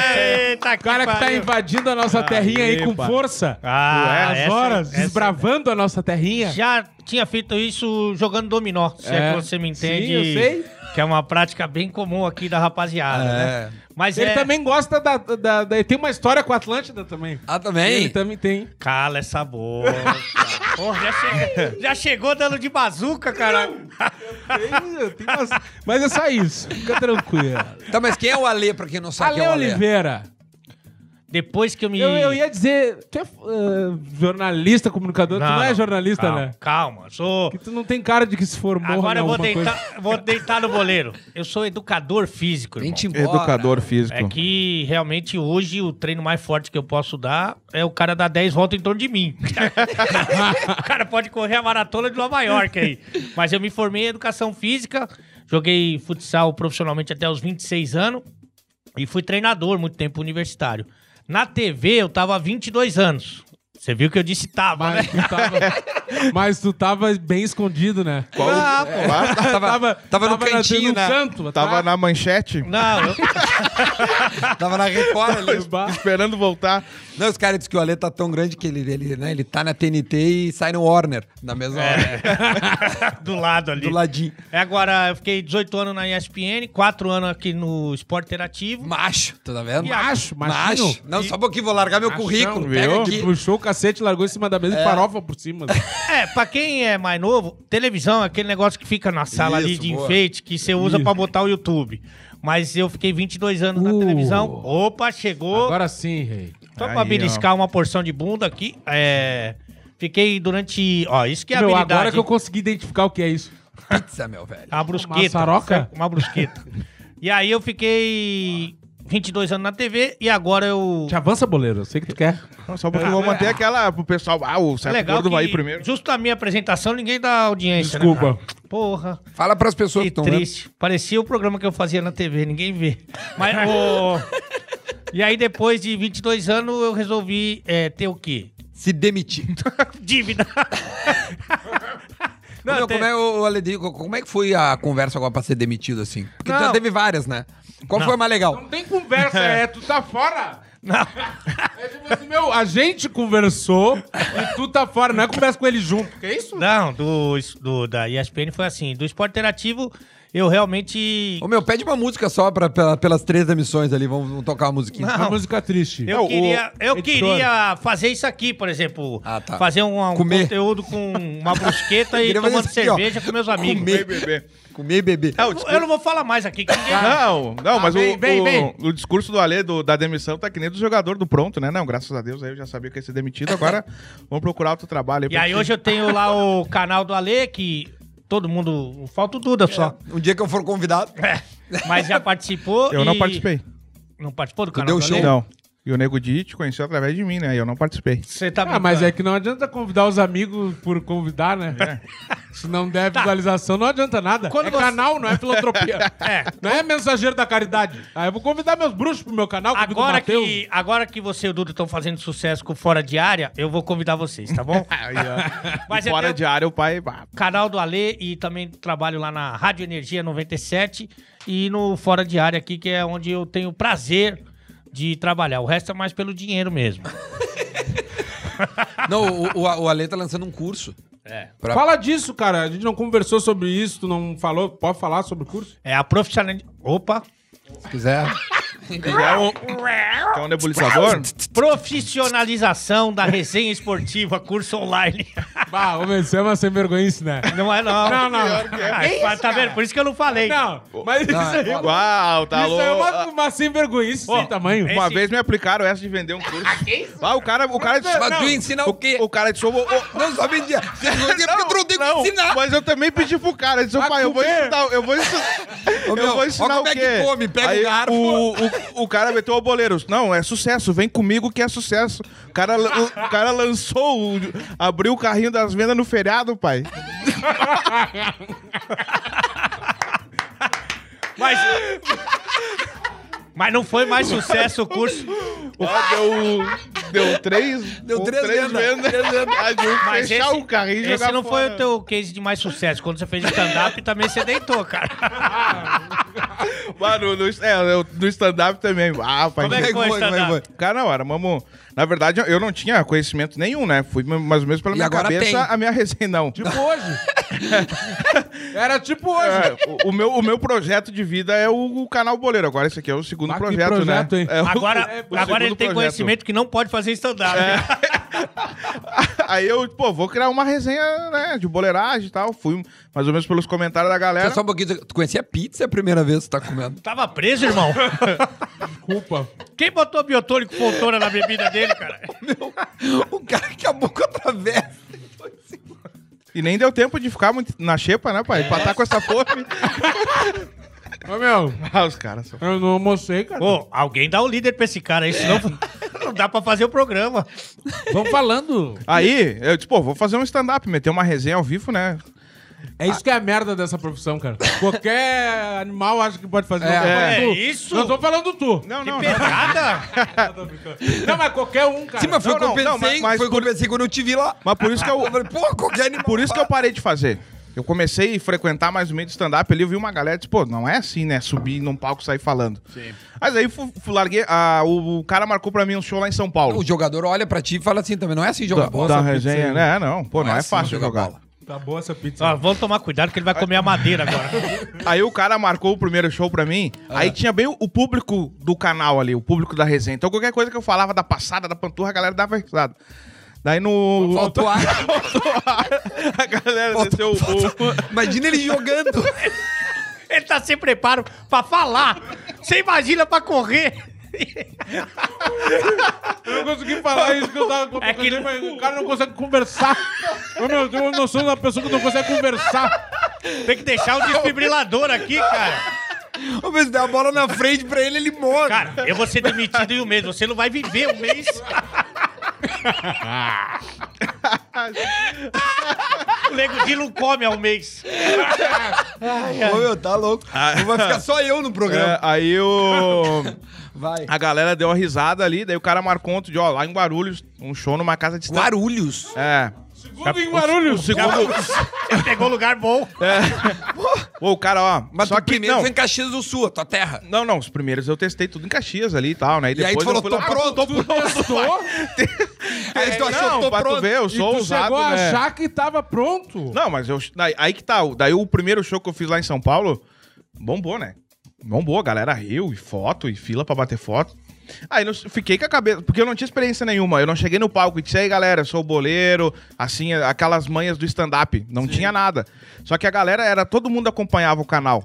A: É,
B: Eita,
A: O cara que tá
B: pariu.
A: invadindo a nossa terrinha aí com
D: epa.
A: força.
B: Ah,
A: As
B: essa-
A: horas,
B: essa-
A: desbravando a nossa terrinha.
B: Já tinha feito isso jogando dominó, se é,
A: É.
B: que você me
A: Sim,
B: entende.
A: eu sei.
B: Que é uma prática bem comum aqui da rapaziada,
C: É.
B: né? Mas
A: Ele
B: é...
A: também gosta da, da, da- Tem uma história com a Atlântida também.
C: Ah, também?
A: Ele também tem.
B: Cala essa boca. Pô, já, chegou, já chegou dando de bazuca, cara.
A: Tem- tem umas- Mas é só isso. Fica tranquilo.
C: Tá, mas quem é o Alê, pra quem não sabe
A: Alê
C: quem é o Alê?
A: Oliveira.
B: Depois que eu me...
A: Eu, eu ia dizer, tu é eh, jornalista, comunicador, tu não é jornalista,
B: calma,
A: né?
B: Calma, sou...
A: Que tu não tem cara de que se formou
B: Agora
A: em
B: eu vou
A: alguma coisa.
B: deitar, vou deitar no boleiro. Eu sou educador físico, irmão.
C: Gente, embora.
D: Educador físico.
B: É que realmente hoje o treino mais forte que eu posso dar é o cara dar 10 voltas em torno de mim. o cara pode correr a maratona de Nova York aí. Mas eu me formei em educação física, joguei futsal profissionalmente até os 26 anos e fui treinador muito tempo universitário. Na TV eu tava há 22 anos. Você viu que eu disse tava, né?
A: Mas tu, tava, mas tu tava bem escondido, né?
D: Qual-
C: Ah, Tava, tava, no
A: na-
C: cantinho,
A: no
C: né?
A: canto.
D: Tava
A: atrás.
D: na manchete,
B: tá. Não, eu,
C: Tava na Record ali.
D: esperando voltar.
C: Não, os caras dizem que o Ale tá tão grande que ele, ele, né, ele tá na TNT e sai no Warner, na mesma
A: É.
C: hora,
B: do lado ali.
C: do ladinho.
B: É, Agora eu fiquei 18 anos na ESPN, 4 anos aqui no Esporte Interativo.
C: Macho, tu tá vendo?
A: Macho, machinho.
C: Macho. Não, só um pouquinho, vou largar meu currículo. Pega
A: viu?
C: aqui.
A: Puxou o cacete, largou em cima da mesa e farofa por cima.
B: É, pra quem é mais novo, televisão é aquele negócio que fica na sala ali
C: Isso,
B: de
C: boa.
B: enfeite, que você usa pra botar o YouTube. Mas eu fiquei 22 anos na
A: Uh.
B: televisão. Opa, chegou.
A: Agora sim, rei.
B: Só pra
D: Aí,
B: beliscar uma porção de bunda aqui. É... Fiquei durante. Ó, isso que é
A: Meu,
B: habilidade.
A: agora que eu
B: hein?
A: consegui identificar o que é isso.
C: Pizza, meu velho.
B: É Uma brusqueta.
A: saroca?
B: Uma brusqueta. e aí eu fiquei 22 anos na TV e agora eu.
A: Te avança, boleiro. Eu sei que tu quer.
D: Não, Só porque eu
B: Ah,
D: vou manter aquela pro pessoal. Ah, o
B: É
D: Sérgio Gordo vai ir primeiro.
B: Justo na minha apresentação, ninguém dá audiência. né,
A: Desculpa.
B: cara? Porra.
C: Fala pras pessoas que
B: Que
C: estão vendo.
B: triste. Parecia o programa que eu fazia na TV, ninguém vê. Mas o. E aí, depois de 22 anos, eu resolvi é, ter o quê?
C: Se demitir.
B: Dívida.
C: Ô, meu,
B: tem-
C: como, é, ô, ô, Aledinho, co- como é que foi a conversa agora pra ser demitido assim? Porque tu já
B: Não.
C: teve várias, né? Qual foi a mais legal?
A: Não tem conversa, é. Tu tá fora.
B: Não.
A: É tipo assim, meu, a gente conversou e tu tá fora. Não é conversa com ele junto. Que isso?
B: Não, do, do, da ESPN foi assim. Do esporte interativo, eu realmente.
C: Ô meu, pede uma música só pra, pela- pelas três emissões ali, vamos, vamos tocar uma musiquinha.
A: Uma música triste.
B: Eu,
D: Não, o
B: queria, eu
A: editor.
B: queria fazer isso aqui, por exemplo.
C: Ah, tá.
B: Fazer um, um
C: Comer.
B: conteúdo com uma brusqueta e
C: Queria fazer
B: tomando
C: isso aqui, ó.
B: cerveja com meus amigos.
C: Comer. Tá.
D: bebê.
C: Comer e beber.
D: Ah, o
B: Eu,
D: discurso-
B: eu não vou falar mais aqui. Que ninguém...
D: Não,
B: Ah,
D: não, mas
A: vem,
D: o,
A: vem,
D: o-
A: vem.
D: o discurso do Alê do- da demissão tá que nem do jogador do pronto, né? Não, graças a Deus aí eu já sabia que ia ser demitido. Agora vamos procurar outro trabalho.
B: E aí hoje eu tenho lá o canal do Ale, que todo mundo. Falta o Duda só. É.
C: Um dia que eu for convidado.
B: Mas já participou.
D: É. eu não
B: e-
D: participei.
B: Não participou do
C: Tu
B: canal
C: deu
B: do
C: show?
B: Ale?
D: Não. E o Nego Di te conheceu através de mim, né? E eu não participei.
B: Você tá
A: Ah, mas
B: brincando.
A: é que não adianta convidar os amigos por convidar, né? Se não der visualização, não adianta nada.
B: Quando
A: é
B: você-
A: canal, não é filantropia.
B: É.
A: Não é mensageiro da caridade. Ah, eu vou convidar meus bruxos pro meu canal. convido o
B: Agora
A: Matheus.
B: que, agora que você e o Duda estão fazendo sucesso com o Fora de Área, eu vou convidar vocês, tá bom?
D: Aí, ó.
B: Mas
D: E
B: é
D: fora
B: teu-
D: de área, o pai. bah,
B: canal do Ale e também trabalho lá na Rádio Energia 97 e no Fora de Área aqui, que é onde eu tenho o prazer de trabalhar. O resto é mais pelo dinheiro mesmo.
C: Não, o, o, o Ale tá lançando um curso.
B: É.
C: Pra-
A: Fala disso, cara. A gente não conversou sobre isso, tu não falou. Pode falar sobre o curso?
B: É a profissional... Opa!
C: Se quiser.
D: É um, é um nebulizador?
B: Profissionalização da resenha esportiva, curso online.
A: Bah, começamos a é sem vergonhice, né?
B: Não é não.
A: Não, não.
B: Ah, mas tá vendo? Por isso que eu não falei.
A: Não, mas isso
C: Não, é
A: aí.
D: Uau, tá
A: isso aí é uma,
D: louco. é.
A: uma sem vergonhice sem tamanho.
D: Uma
B: Esse-
D: vez me aplicaram essa de vender um curso. Ah, o cara, o cara disse.
C: Mas
D: não,
C: tu ensina o quê?
D: O cara disse. ô, ô, ô,
C: Não, só vendia. Você não vendia porque tu não tem o que ensinar.
D: Mas eu também pedi pro cara. Ele disse,
A: Vai
D: pai, eu vou
A: comer.
D: ensinar. Eu vou ensinar.
C: Ô, meu,
D: eu vou
C: ó
D: ensinar o
C: como
D: quê?
C: é que come, pega o
D: Aí
C: garfo.
D: O, o, o cara meteu o boleiro. Não, é sucesso. Vem comigo que é sucesso. O cara, lan- o cara lançou, o- abriu o carrinho das vendas no feriado, pai.
B: Mas... mas não foi mais sucesso o curso.
D: Ó, deu, um, deu três.
C: Deu três vendas.
D: Três vendas. Ah, de um
B: Mas
D: fechar
B: esse,
D: o carrinho e
B: esse
D: jogar
B: não foi
D: fora.
B: o teu case de mais sucesso. Quando você fez stand-up, também você deitou, cara.
D: Mano, no, é, no- no stand-up também. Ah, pai.
B: Como é que foi o stand-up?
D: Cara, não, era, mamo. Na verdade, eu não tinha conhecimento nenhum, né? Fui mais ou menos pela
C: E
D: minha
C: agora
D: cabeça
C: tem.
D: a minha resenha. Não.
A: Tipo hoje. Era tipo hoje.
D: É, o, o meu, o meu projeto de vida é o, o canal Boleiro. Agora, esse aqui é o segundo
A: Ah, que
D: projeto,
A: projeto,
D: né?
A: hein?
D: É o-
B: Agora,
D: o
B: agora ele
D: segundo
B: tem
D: projeto. É.
B: conhecimento que não pode fazer stand-up.
D: Aí eu, pô, vou criar uma resenha, né, de boleiragem e tal. Fui mais ou menos pelos comentários da galera.
C: Só um pouquinho. Tu conhecia pizza a primeira vez que tu tá comendo?
B: Tava preso, irmão.
A: Desculpa.
B: Quem botou biotônico poltona na bebida dele, cara?
C: o cara que a boca atravessa.
D: E nem deu tempo de ficar muito na xepa, né, pai? Pra estar com essa fome.
A: Ô, meu,
D: ah, os caras são...
A: eu não almocei, cara.
B: Pô, alguém dá o líder pra esse cara aí,
D: É.
B: senão não dá pra fazer o programa.
A: Vamos falando.
D: Aí, eu disse, pô, vou fazer um stand-up, meter uma resenha ao vivo, né?
A: É isso que é a merda dessa profissão, cara. Qualquer animal acha que pode fazer. Nós estamos
B: é.
A: falando tu.
B: É isso?
A: Nós estamos falando tu.
D: Não,
B: Que
D: não, não.
B: pegada!
A: Não, mas qualquer um, cara.
C: Sim, mas foi o
D: não,
C: que eu
D: não, não,
C: pensei.
D: mas- mas
C: Foi o que eu pensei quando eu te vi lá.
D: Mas por isso que eu...
C: Eu falei, pô, qualquer animal.
D: Por isso que eu parei de fazer. Eu comecei a frequentar mais o meio do stand-up ali, eu vi uma galera e disse, pô, não é assim, né? Subir num palco e sair falando. Sim. Mas aí fu- fu- larguei. ah, o, o cara marcou pra mim um show lá em São Paulo.
C: O jogador olha pra ti e fala assim também. Não é assim jogar bola.
D: da
C: sabe?
D: resenha, né? É, Não, pô, não, é,
C: assim
D: fácil jogar.
C: bola.
A: Tá boa essa pizza.
D: Ah.
B: Ó, vamos tomar cuidado que ele vai comer a madeira agora.
D: Aí o cara marcou o primeiro show pra mim, aí tinha bem o, o público do canal ali, o público da resenha. Então qualquer coisa que eu falava da passada, da panturra, a galera dava risada. Daí no.
C: Faltou ar.
D: a galera desceu o.
C: Imagina ele jogando.
B: Ele tá sem preparo pra falar. Você imagina pra correr.
A: Eu não consegui falar isso que eu tava com
B: É que-
A: mas o cara não consegue conversar. Eu, meu, eu tenho uma noção da pessoa que não consegue conversar.
B: Tem que deixar o desfibrilador aqui, cara.
C: Ô, mas se der a bola na frente pra ele, ele morre.
B: Cara, eu vou ser demitido em um mês. Você não vai viver um mês. o Nego Di não come há um mês.
C: Ô, meu, tá louco. Não vai ficar só eu no programa.
D: É, aí o.
C: Vai.
D: A galera deu uma risada ali, daí o cara marcou um outro de, ó, lá em Guarulhos, um show numa casa de stand-
C: Guarulhos.
D: É.
A: Segundo em barulho.
D: Segundo.
B: Ele pegou um lugar bom.
D: Ô, o cara, ó.
C: Mas
D: só
C: tu
D: que
C: primeiro
D: não.
C: foi em Caxias do Sul, a tua terra.
D: Não, não, os primeiros eu testei tudo em Caxias ali e tal, né? E,
C: E aí tu
D: depois
C: falou,
D: eu
C: tô pronto.
D: tô pronto. É,
A: Testou?
C: Aí tu achou,
D: não,
C: tô
D: pra tu
C: pronto.
D: ver, eu
A: E
D: sou
A: tu
D: ousado,
A: chegou a
D: né?
A: achar que tava pronto.
D: Não, mas eu, daí- aí que tá. Daí o primeiro show que eu fiz lá em São Paulo, bombou, né? Bombou, a galera riu, e foto, e fila pra bater foto. Aí eu fiquei com a cabeça, porque eu não tinha experiência nenhuma. Eu não cheguei no palco e disse, aí galera, eu sou o boleiro, assim, aquelas manhas do stand-up. Não tinha nada. Só que a galera era, todo mundo acompanhava o canal.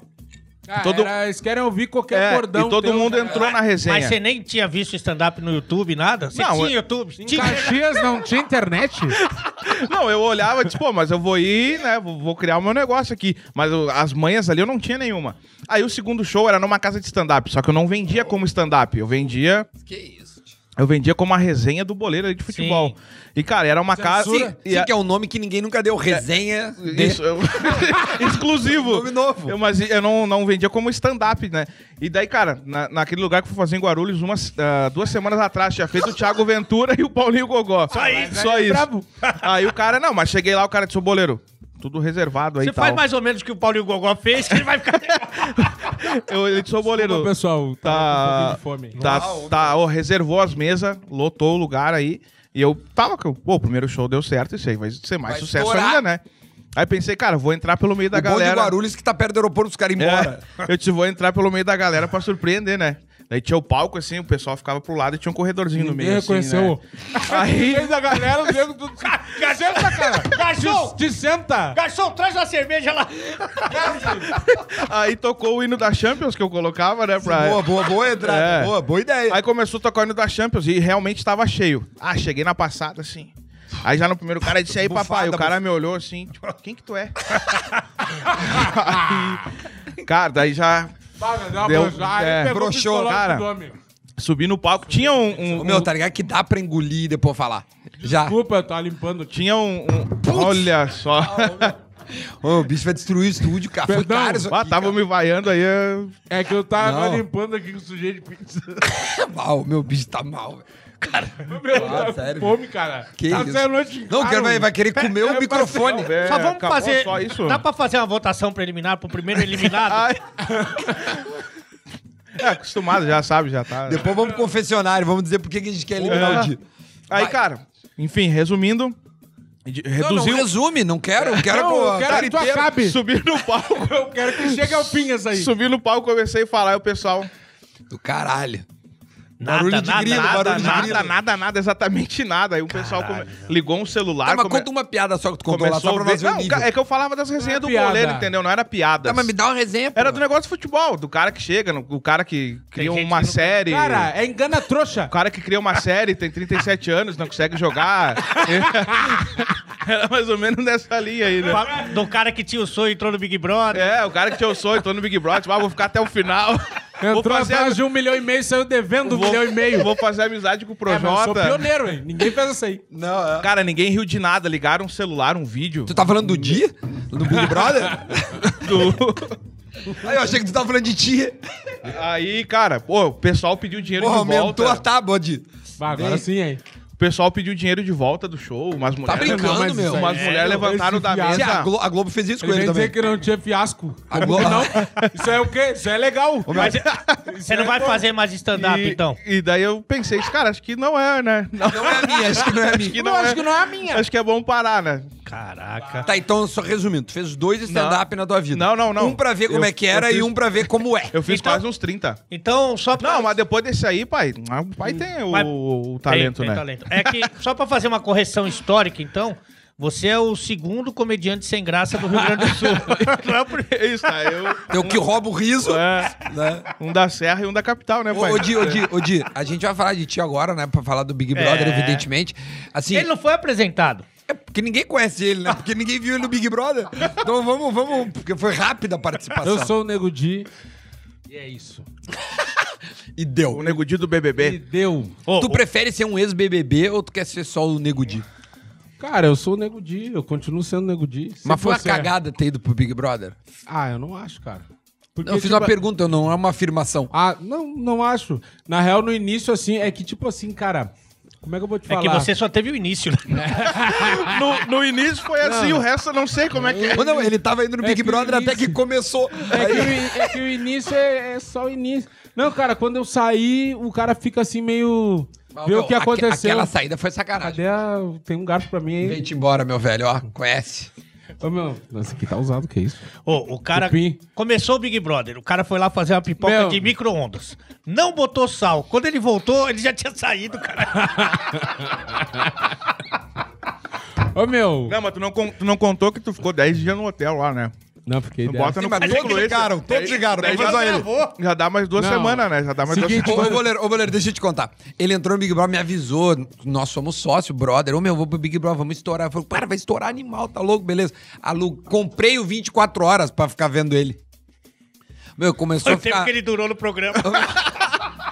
A: Ah,
D: todo-
A: era- eles querem ouvir qualquer
D: É,
A: bordão.
D: e todo
A: teu,
D: mundo
A: cara.
D: entrou na resenha.
B: Mas você nem tinha visto stand-up no YouTube, nada? Você
D: Não,
B: tinha
D: eu-
B: YouTube?
A: Em
B: Tinha.
A: Caxias não tinha internet?
D: Não, eu olhava e disse, pô, mas eu vou ir, né? Vou, vou criar o meu negócio aqui. Mas eu- as manhas ali eu não tinha nenhuma. Aí o segundo show era numa casa de stand-up, só que eu não vendia como stand-up, eu vendia.
C: Que isso, tio.
D: Eu vendia como a resenha do boleiro ali de futebol.
B: Sim.
D: E, cara, era uma casa.
C: Sim,
D: Ah, e-
C: sim,
D: e-
C: que é um nome que ninguém nunca deu. Resenha. de-
D: Isso, eu- exclusivo.
C: Nome novo.
D: Eu, mas eu não, não vendia como stand-up, né? E daí, cara, na- naquele lugar que eu fui fazer em Guarulhos, umas, ah, duas semanas atrás, tinha feito o Thiago Ventura e o Paulinho Gogó. Só
B: isso. né? é
D: Só isso.
A: brabo.
D: Aí o cara, não, mas cheguei lá, o cara disse, ô boleiro, tudo reservado aí
B: Você
D: e tal.
B: faz mais ou menos o que o Paulinho Gogó fez, que ele vai ficar.
D: Eu, ele disse, ô boleiro,
A: Desculpa, pessoal,
D: tá,
A: tava com um pouquinho de fome.
D: tá, tá, ó, reservou as mesas, lotou o lugar aí. E eu tava, com- pô, o primeiro show deu certo, isso aí vai ser mais
C: Vai
D: sucesso
C: estourar.
D: ainda, né? Aí pensei, cara, vou entrar pelo meio da
C: o bom de
D: galera.
C: Guarulhos que tá perto do aeroporto, os caras ir embora.
D: É, eu te vou entrar pelo meio da galera pra surpreender, né? Daí tinha o palco, assim, o pessoal ficava pro lado e tinha um corredorzinho no
A: Ninguém
D: meio,
A: reconheceu.
D: assim, né? Aí...
A: da galera, o Diego tudo.
D: é
A: Senta, cara!
B: Garçom!
A: Te senta!
B: Garçom, traz uma cerveja lá.
D: Aí tocou o hino da Champions que eu colocava, né? Pra...
C: Boa, boa, boa entrada.
D: É.
C: Boa, boa ideia.
D: Aí começou a tocar o hino da Champions e realmente tava cheio. Ah, cheguei na passada, assim. Aí já no primeiro cara disse aí,
C: Bufada,
D: papai. O cara me olhou assim, tipo, quem que tu é? Aí, cara, daí já
A: Paga, deu uma
D: Deu-
A: brochada,
D: é,
A: pegou o
C: broxou,
A: pistolão
D: cara.
A: do nome.
D: subi no palco. Tinha um. um-
C: Ô,
D: um-
C: meu, tá ligado que dá pra engolir e depois falar. Já.
A: Desculpa, eu tava limpando.
D: Tinha um. um- Olha só.
C: Ô, o bicho vai destruir o estúdio, cara. Foi
A: Perdão,
C: caro isso
D: Ah,
C: aqui,
D: tava
C: cara.
D: me vaiando aí. eu-
A: É que eu tava
C: Não.
A: limpando aqui com sujeito de pizza.
C: mal. Meu bicho tá mal, velho.
A: Meu,
C: Ah,
A: tá
C: sério?
A: fome, cara.
C: Que
A: tá
C: isso?
A: até a noite em
C: Não, o
A: casa,
C: cara vai, vai querer comer o microfone.
D: É,
B: só vamos
D: acabou
B: fazer.
D: Só isso.
B: Dá pra fazer uma votação preliminar pro primeiro eliminado?
D: Ai. É, acostumado, já sabe, já tá.
C: Depois vamos pro confessionário, vamos dizer por que que a gente quer eliminar
D: É.
C: o dia.
D: Aí,
C: Vai.
D: cara, enfim, resumindo. de-
C: Não, não
D: Reduziu.
C: resume, não quero. Quero,
A: Não,
C: com
A: eu
C: a
A: quero
C: cara
A: que tu
C: inteira.
A: acabe.
D: Subi no palco.
A: Eu quero que chegue ao fim essa aí.
D: Subi no palco, comecei a falar, e o pessoal.
C: Do caralho.
B: Nada,
C: barulho de
B: nada,
C: grilo,
B: nada,
C: barulho de
D: nada,
C: grilo.
D: nada, nada, exatamente nada. Aí o pessoal come- ligou um celular.
C: Tá, mas
D: come-
C: conta uma piada só que tu contou lá,
D: começou
C: só pra
D: a ver...
C: nós ver o
D: Não,
C: nível.
D: ca- é que eu falava das resenhas do
A: Não é piada.
D: goleiro, entendeu? Não era piadas.
C: Tá, mas me dá uma resenha,
D: Era
C: pô.
D: do negócio de futebol, do cara que chega, no- o cara que cria
B: gente
D: uma
B: que não-
D: série.
A: Cara, é engana trouxa.
D: O cara que cria uma série, tem 37 anos, não consegue jogar. Era mais ou menos nessa linha aí, né?
B: Do cara que tinha o sonho e entrou no Big Brother.
D: É, o cara que tinha o sonho, tô no Big Brother, tipo, ah, vou ficar até o final. vou
A: Entrou
D: fazer,
A: atrás de um milhão e meio, saiu devendo um
D: vou-
A: milhão e meio.
D: Vou fazer amizade com o
A: É, mas eu sou
D: Projota.
A: pioneiro, hein? Ninguém fez essa aí.
C: Não, é.
D: Cara, ninguém riu de nada. Ligaram um celular, um vídeo.
C: Tu tá falando do dia? Do Big Brother?
D: Do-
C: Aí eu achei que tu tava falando de tia.
D: Aí, cara, pô, o pessoal pediu dinheiro
C: Porra,
D: de
C: aumentou a
D: volta.
C: tábua de.
A: Bah, agora
C: Vem.
A: sim, hein?
D: O pessoal pediu dinheiro de volta do show. Umas mulheres,
C: Tá brincando,
D: Não, mas-
C: meu.
D: Umas
A: É,
D: mulheres
A: meu,
D: levantaram
A: esse
D: da
A: viado.
C: Tia,
D: mesa.
C: a, Glo- a Globo fez isso
A: Ele
C: com ele
A: vem dizer
C: também.
A: que não tinha fiasco.
C: Agora-
A: Não, isso é o quê? Isso é legal.
B: Mas você não vai fazer mais stand-up,
D: É, E,
B: então.
D: e daí eu pensei, cara, acho que não é, né? Não,
C: Não é a minha, acho que não é a minha.
D: que não é.
A: que não é a minha.
D: Acho que é bom parar, né?
B: Caraca.
C: Tá, então, só resumindo, tu fez dois stand-up na tua vida.
D: Não, não, não.
C: Um pra ver como
D: Eu-
C: é que era
D: eu fiz-
C: e um pra ver como é.
D: Eu fiz
B: Então-
D: quase uns 30.
B: Então, só pra.
D: Não, mas depois desse aí, pai, ah, o pai tem o,
B: Hum. Mas-
D: o talento,
B: Tem- tem
D: né?
B: talento. É que, só pra fazer uma correção histórica, então, Você é o segundo comediante sem graça do Rio Grande do Sul.
D: Não é o primeiro. Isso, tá, eu...
C: Tem o que rouba o riso,
D: É,
C: né?
D: um da Serra e um da Capital, né,
C: Ô,
D: pai?
C: ô, Di, ô, Di, ô, Di, a gente vai falar de ti agora, né? Pra falar do Big Brother,
B: É.
C: evidentemente. Assim,
B: Ele não foi apresentado.
C: é porque ninguém conhece ele, né? Porque ninguém viu ele no Big Brother. Então vamos, vamos, porque foi rápida a participação.
A: Eu sou o Nego Di. E é isso.
C: E
D: O
C: deu.
D: Negudinho do
A: E
D: BBB.
A: deu.
B: Ô,
C: Tu
B: ô,
C: prefere ser um ex-BBB ou tu quer ser só o Nego Di?
A: Cara, eu sou o Nego Di, eu continuo sendo o Nego Di. Se
C: Mas foi uma
A: você- é.
C: cagada ter ido pro Big Brother?
A: Ah, eu não acho, cara. Porque,
C: Não, eu fiz
A: tipo,
C: uma pergunta, não é uma afirmação.
A: Ah, não, não acho. Na real, no início, assim, é que tipo assim, cara, como é que eu vou te
B: é
A: falar?
B: que você só teve o início. né?
D: No, no início foi assim, o resto eu não sei como é que é.
C: Ou não, ele tava indo no
A: É
C: Big
A: que
C: Brother até
A: isso.
C: que começou.
A: É que,
C: Aí-
A: o, in- é que o início é, é só o início. Não, cara, quando eu saí, o cara fica assim meio.
C: Mas,
A: Vê
C: meu,
A: o que
C: aque-
A: aconteceu.
C: Aquela saída foi sacanagem.
A: Cadê a... Tem um garfo pra mim aí.
C: Vem-te embora, meu velho, ó, conhece.
A: Ô, meu. Nossa, aqui tá usado, que isso?
B: Ô, o cara
A: Cupim.
B: começou o Big Brother. O cara foi lá fazer uma pipoca
A: Meu.
B: de micro-ondas. Não botou sal. Quando ele voltou, ele já tinha saído, cara.
A: Ô, meu.
D: Não, mas tu não, con- tu não contou que tu ficou 10 dias no hotel lá, né?
A: Não, fiquei.
D: Tu bota no
C: Sim, mas todos
D: esse.
C: ligaram, todos
D: Daí-
C: ligaram,
D: daí
C: mas
D: já,
C: só ele.
D: gravou. já dá mais duas
A: Não.
D: semanas, né? Já dá mais
A: Seguinte,
C: Ô,
D: duas
C: ô,
D: semanas.
C: goleiro, ô, goleiro, deixa eu te contar. Ele entrou no Big Brother, me avisou. Nós somos sócios, brother. Ô, meu, eu vou pro Big Brother, vamos estourar. Eu falei, cara, vai estourar animal, tá louco, beleza. Alu, comprei o 24 horas pra ficar vendo ele. Meu, começou
B: Foi
C: a
B: o tempo
C: ficar...
B: que ele durou no programa.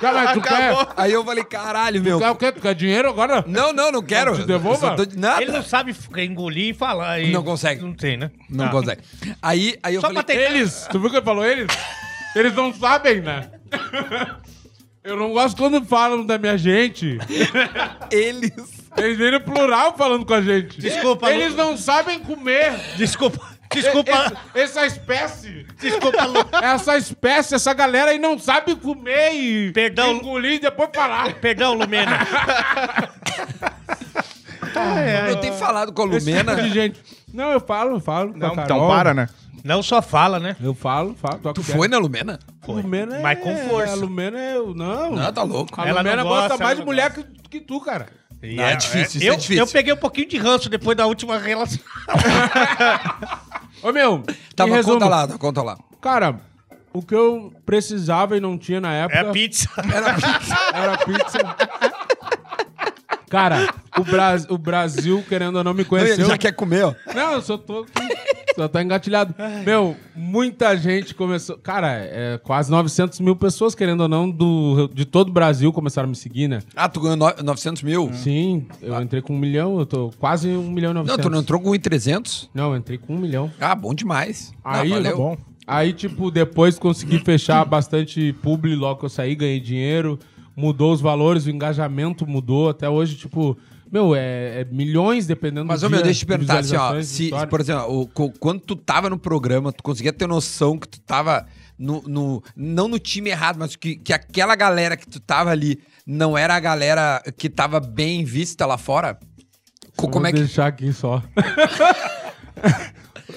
A: Cara, tu
D: Acabou.
A: quer,
C: Aí eu falei, caralho, meu.
A: tu quer o quê? Tu quer dinheiro agora?
C: Não, não, não quero.
A: Te devolva?
C: Só tô de- Nada.
B: Ele não sabe f- engolir e falar. e-
C: Não consegue.
B: Não tem, né?
C: Não
A: Ah.
C: consegue. Aí, aí eu
B: Só pra
C: falei...
B: ter-
A: Eles, tu viu que ele falou eles? Eles não sabem, né? Eu não gosto quando falam da minha gente.
C: Eles...
A: Eles vêm no plural falando com a gente.
B: Desculpa, Lu.
A: Eles não sabem comer.
B: Desculpa. Desculpa.
A: Esse- essa espécie.
B: Desculpa, Lu.
A: Essa espécie, essa galera aí não sabe comer e
B: Perdão.
A: engolir e depois falar.
B: Perdão, Lumena.
C: eu tenho falado com a
A: É, Esse tipo
C: Lumena...
A: de gente. Não, eu falo, eu falo. com a
D: né? Não, então
A: Carol.
D: para, né?
B: Não só fala, né?
A: Eu falo, falo.
C: Tu foi na Lumena?
B: Foi.
A: Lumena é...
B: Mas com força.
A: A Lumena é... Não.
C: Não, tá louco.
A: A
B: Ela não
A: Lumena gosta,
B: gosta,
A: mais de
B: ela não
A: mulher que, que tu, cara.
C: Não, é difícil, isso
B: eu,
C: é difícil.
B: eu peguei um pouquinho de ranço depois da última relação.
A: Ô, meu.
C: Tava,
A: em resumo,
C: conta lá, tá, conta lá.
A: Cara, o que eu precisava e não tinha na
B: É
A: época...
B: a pizza.
A: Era pizza. Cara, o, Bras- o Brasil, querendo ou não, me
C: Não,
A: conheceu.
C: Ele já quer comer, ó.
A: Não, eu só tô. Só tá engatilhado. Meu, muita gente começou. Cara, é, quase 900 mil pessoas, querendo ou não, do, de todo o Brasil começaram a me seguir, né?
C: Ah, tu ganhou no- 900 mil?
A: Hum. Sim, eu entrei com um milhão, eu tô quase um milhão e
C: Ah. Não,
A: 900.
C: tu não entrou com 1,300?
A: Não, eu entrei com um milhão.
C: Ah, bom demais.
A: Aí,
C: ah,
A: tá bom. Aí, tipo, depois consegui fechar bastante publi logo que eu saí, ganhei dinheiro, mudou os valores, o engajamento mudou. Até hoje, tipo, meu, é, é milhões dependendo
C: Mas,
A: do
C: ô, meu,
A: dia,
C: deixa eu te perguntar assim, ó.
A: visualizações,
C: Se,
A: história.
C: por exemplo, ó, o co- quando tu tava no programa, tu conseguia ter noção que tu tava no... no- não no time errado, mas que, que aquela galera que tu tava ali não era a galera que tava bem vista lá fora? Co-
A: Eu
C: como
A: vou
C: é que...
A: deixar aqui só.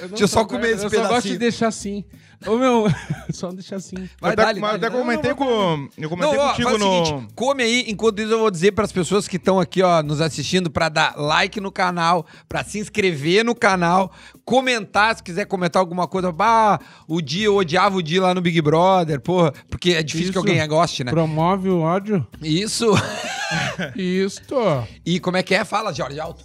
C: Deixa eu só comer esse
A: eu só gosto de
C: pedacinho.
A: deixar assim. Ô, meu, só deixar assim.
D: Eu
C: Vai,
D: até,
C: dá-lhe,
D: mas eu
C: dá-lhe.
D: até comentei com. Eu comentei
C: ó,
D: contigo
C: faz
D: no.
C: o seguinte, come aí, enquanto isso eu vou dizer para as pessoas que estão aqui, ó, nos assistindo para dar like no canal, para se inscrever no canal, comentar se quiser comentar alguma coisa, bah, o dia eu odiava o dia lá no Big Brother, porra, porque é difícil que
A: Isso.
C: alguém goste, né?
A: Promove o ódio.
C: Isso.
A: Isto.
C: e como é que é? Fala, Jorge Alto.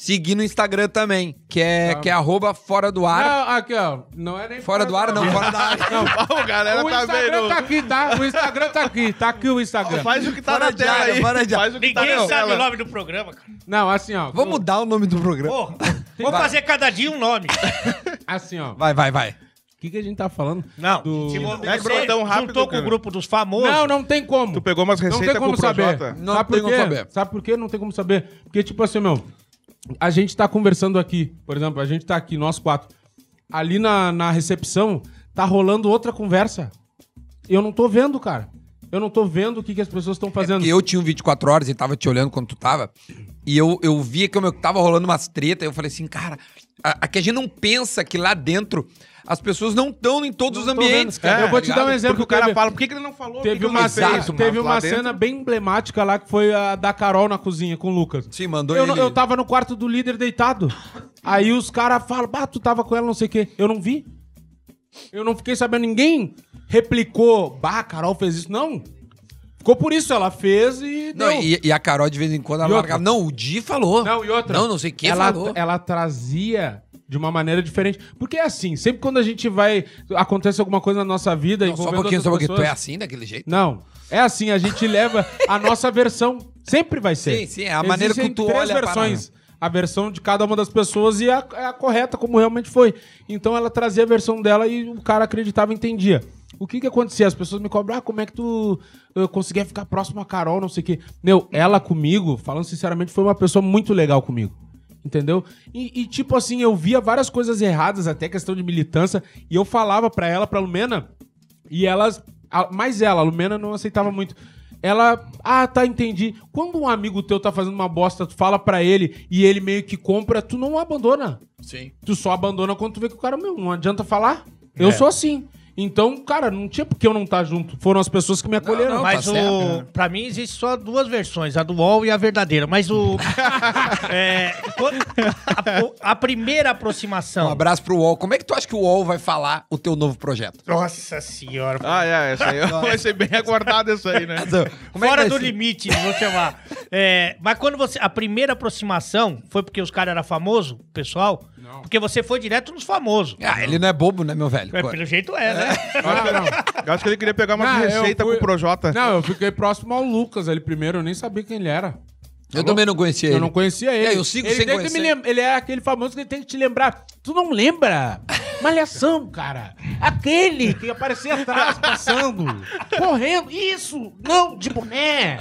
C: Seguir no Instagram também, que é, que é arroba fora do ar.
A: Ah, aqui, ó. Não é nem
C: Fora do ar, não, fora da área.
D: Ó, o galera
A: O
D: tá
A: Instagram
D: vendo.
A: tá aqui, tá? O Instagram tá aqui. Tá aqui o Instagram.
D: Faz o que tá
C: Fora
D: na
C: de
D: tela
C: área,
D: aí.
C: fora de área.
D: Faz o que tá
B: Ninguém
D: na
B: sabe
D: tela.
B: o nome do programa, cara.
A: Não, assim, ó.
C: Vamos mudar o nome do programa.
B: Porra, vou fazer cada dia um nome.
A: Assim, ó. O
C: Vai, vai, vai.
A: que, que a gente tá falando?
B: Não.
A: Do-
B: Se você
D: É que foi tão rápido,
B: juntou com
D: cara.
B: o grupo dos famosos.
A: Não, não tem como.
D: Tu pegou umas
A: Não tem
D: receitas com
A: como
D: o
A: saber.
D: Projota.
C: Não
A: Sabe
C: tem
A: por
C: como
A: quê?
C: saber.
A: Sabe por quê? Não tem como saber. Porque, tipo assim, meu, a gente tá conversando aqui, por exemplo, a gente tá aqui, nós quatro. Ali na, na recepção, tá rolando outra conversa. Eu não tô vendo, cara. Eu não tô vendo o que, que as pessoas estão fazendo.
C: Porque eu tinha um 24 horas e tava te olhando quando tu tava. E eu, eu via que eu, tava rolando umas tretas. Eu falei assim, cara, a, a que a gente não pensa que lá dentro as pessoas não estão em todos os
A: tô vendo,
C: ambientes,
A: cara.
C: cara.
A: Eu vou te dar um
C: ligado?
A: exemplo.
D: Porque o cara
A: teve-
D: fala, por que, que ele não falou?
A: Teve
D: Por que que
A: uma,
D: ele não fez?"
A: cena,
C: mano,
A: teve
D: Lá
A: uma
D: dentro-
A: cena bem emblemática lá, que foi a da Carol na cozinha com o Lucas.
C: Sim, mandou
A: eu,
C: ele.
A: não- eu tava no quarto do líder deitado. Aí os caras falam, bah, tu tava com ela, não sei o quê. Eu não vi. Eu não fiquei sabendo. Ninguém replicou, bah, a Carol fez isso. Não. Ficou por isso. Ela fez e
C: Não,
A: deu.
C: e, e a Carol, de vez em quando, ela
A: E outra?
C: largava. Não, o Di falou.
A: Não, e outra.
C: Não, não sei quem
A: ela, é
C: falou.
A: Ela trazia de uma maneira diferente. Porque é assim, sempre quando a gente vai... Acontece alguma coisa na nossa vida
C: Não, só um
A: envolvendo
C: pouquinho,
A: outras
C: só um pouquinho. Tu é
A: pessoas.
C: assim, daquele jeito?
A: Não. É assim, a gente leva a nossa versão. Sempre vai ser.
C: Sim, sim, é a maneira
A: Existem
C: que tu
A: três
C: olha a
A: versões. A versão de cada uma das pessoas e a, é a correta, como realmente foi. Então ela trazia a versão dela e o cara acreditava e entendia. O que que acontecia? As pessoas me cobram, ah, como é que tu eu conseguia ficar próximo a Carol, não sei o quê. Meu, ela comigo, falando sinceramente, foi uma pessoa muito legal comigo. Entendeu? E, e, tipo assim, eu via várias coisas erradas, até questão de militância, e eu falava pra ela, pra Lumena, e elas. a- mas ela, a Lumena, não aceitava muito. Ela. Ah, tá, entendi. Quando um amigo teu tá fazendo uma bosta, tu fala pra ele e ele meio que compra, tu não abandona.
C: Sim.
A: Tu só abandona quando tu vê que o cara, meu, não adianta falar.
D: É.
A: Eu sou assim. Então, cara, não tinha por que eu não estar junto. Foram as pessoas que me acolheram.
C: não,
A: mas
B: Mas
C: tá
B: o,
C: certo.
B: pra mim existe só duas versões, a do UOL e a verdadeira. Mas o. é, quando- a, o- a primeira
C: Um
B: aproximação.
C: abraço pro UOL. Como é que tu acha que o UOL vai falar o teu novo projeto?
B: Nossa senhora.
D: Ah, é, essa aí vai ser bem aguardada essa aí, né?
C: Como é que
B: Fora
C: vai
B: do
C: ser?
B: limite, vou chamar. É, mas quando você. A primeira aproximação foi porque os caras eram famosos, pessoal? Porque você foi direto nos famosos.
C: Ah, ele não é bobo, né, meu velho?
B: É, pelo jeito é, né?
D: Eu acho, que ele, eu acho que ele queria pegar uma
A: Ah, eu
D: receita
A: fui-
D: com o Projota.
A: Não, eu fiquei próximo ao Lucas ali primeiro, eu nem sabia quem ele era.
C: Eu também não conhecia ele.
A: Eu não conhecia ele.
C: É, eu sigo
A: ele
C: sem
A: tem que
C: conhecer.
A: me lem- Ele é aquele famoso que tem que te lembrar. Tu não lembra? Malhação, cara. Aquele que aparecia atrás, passando, correndo. Isso! Não, de boné!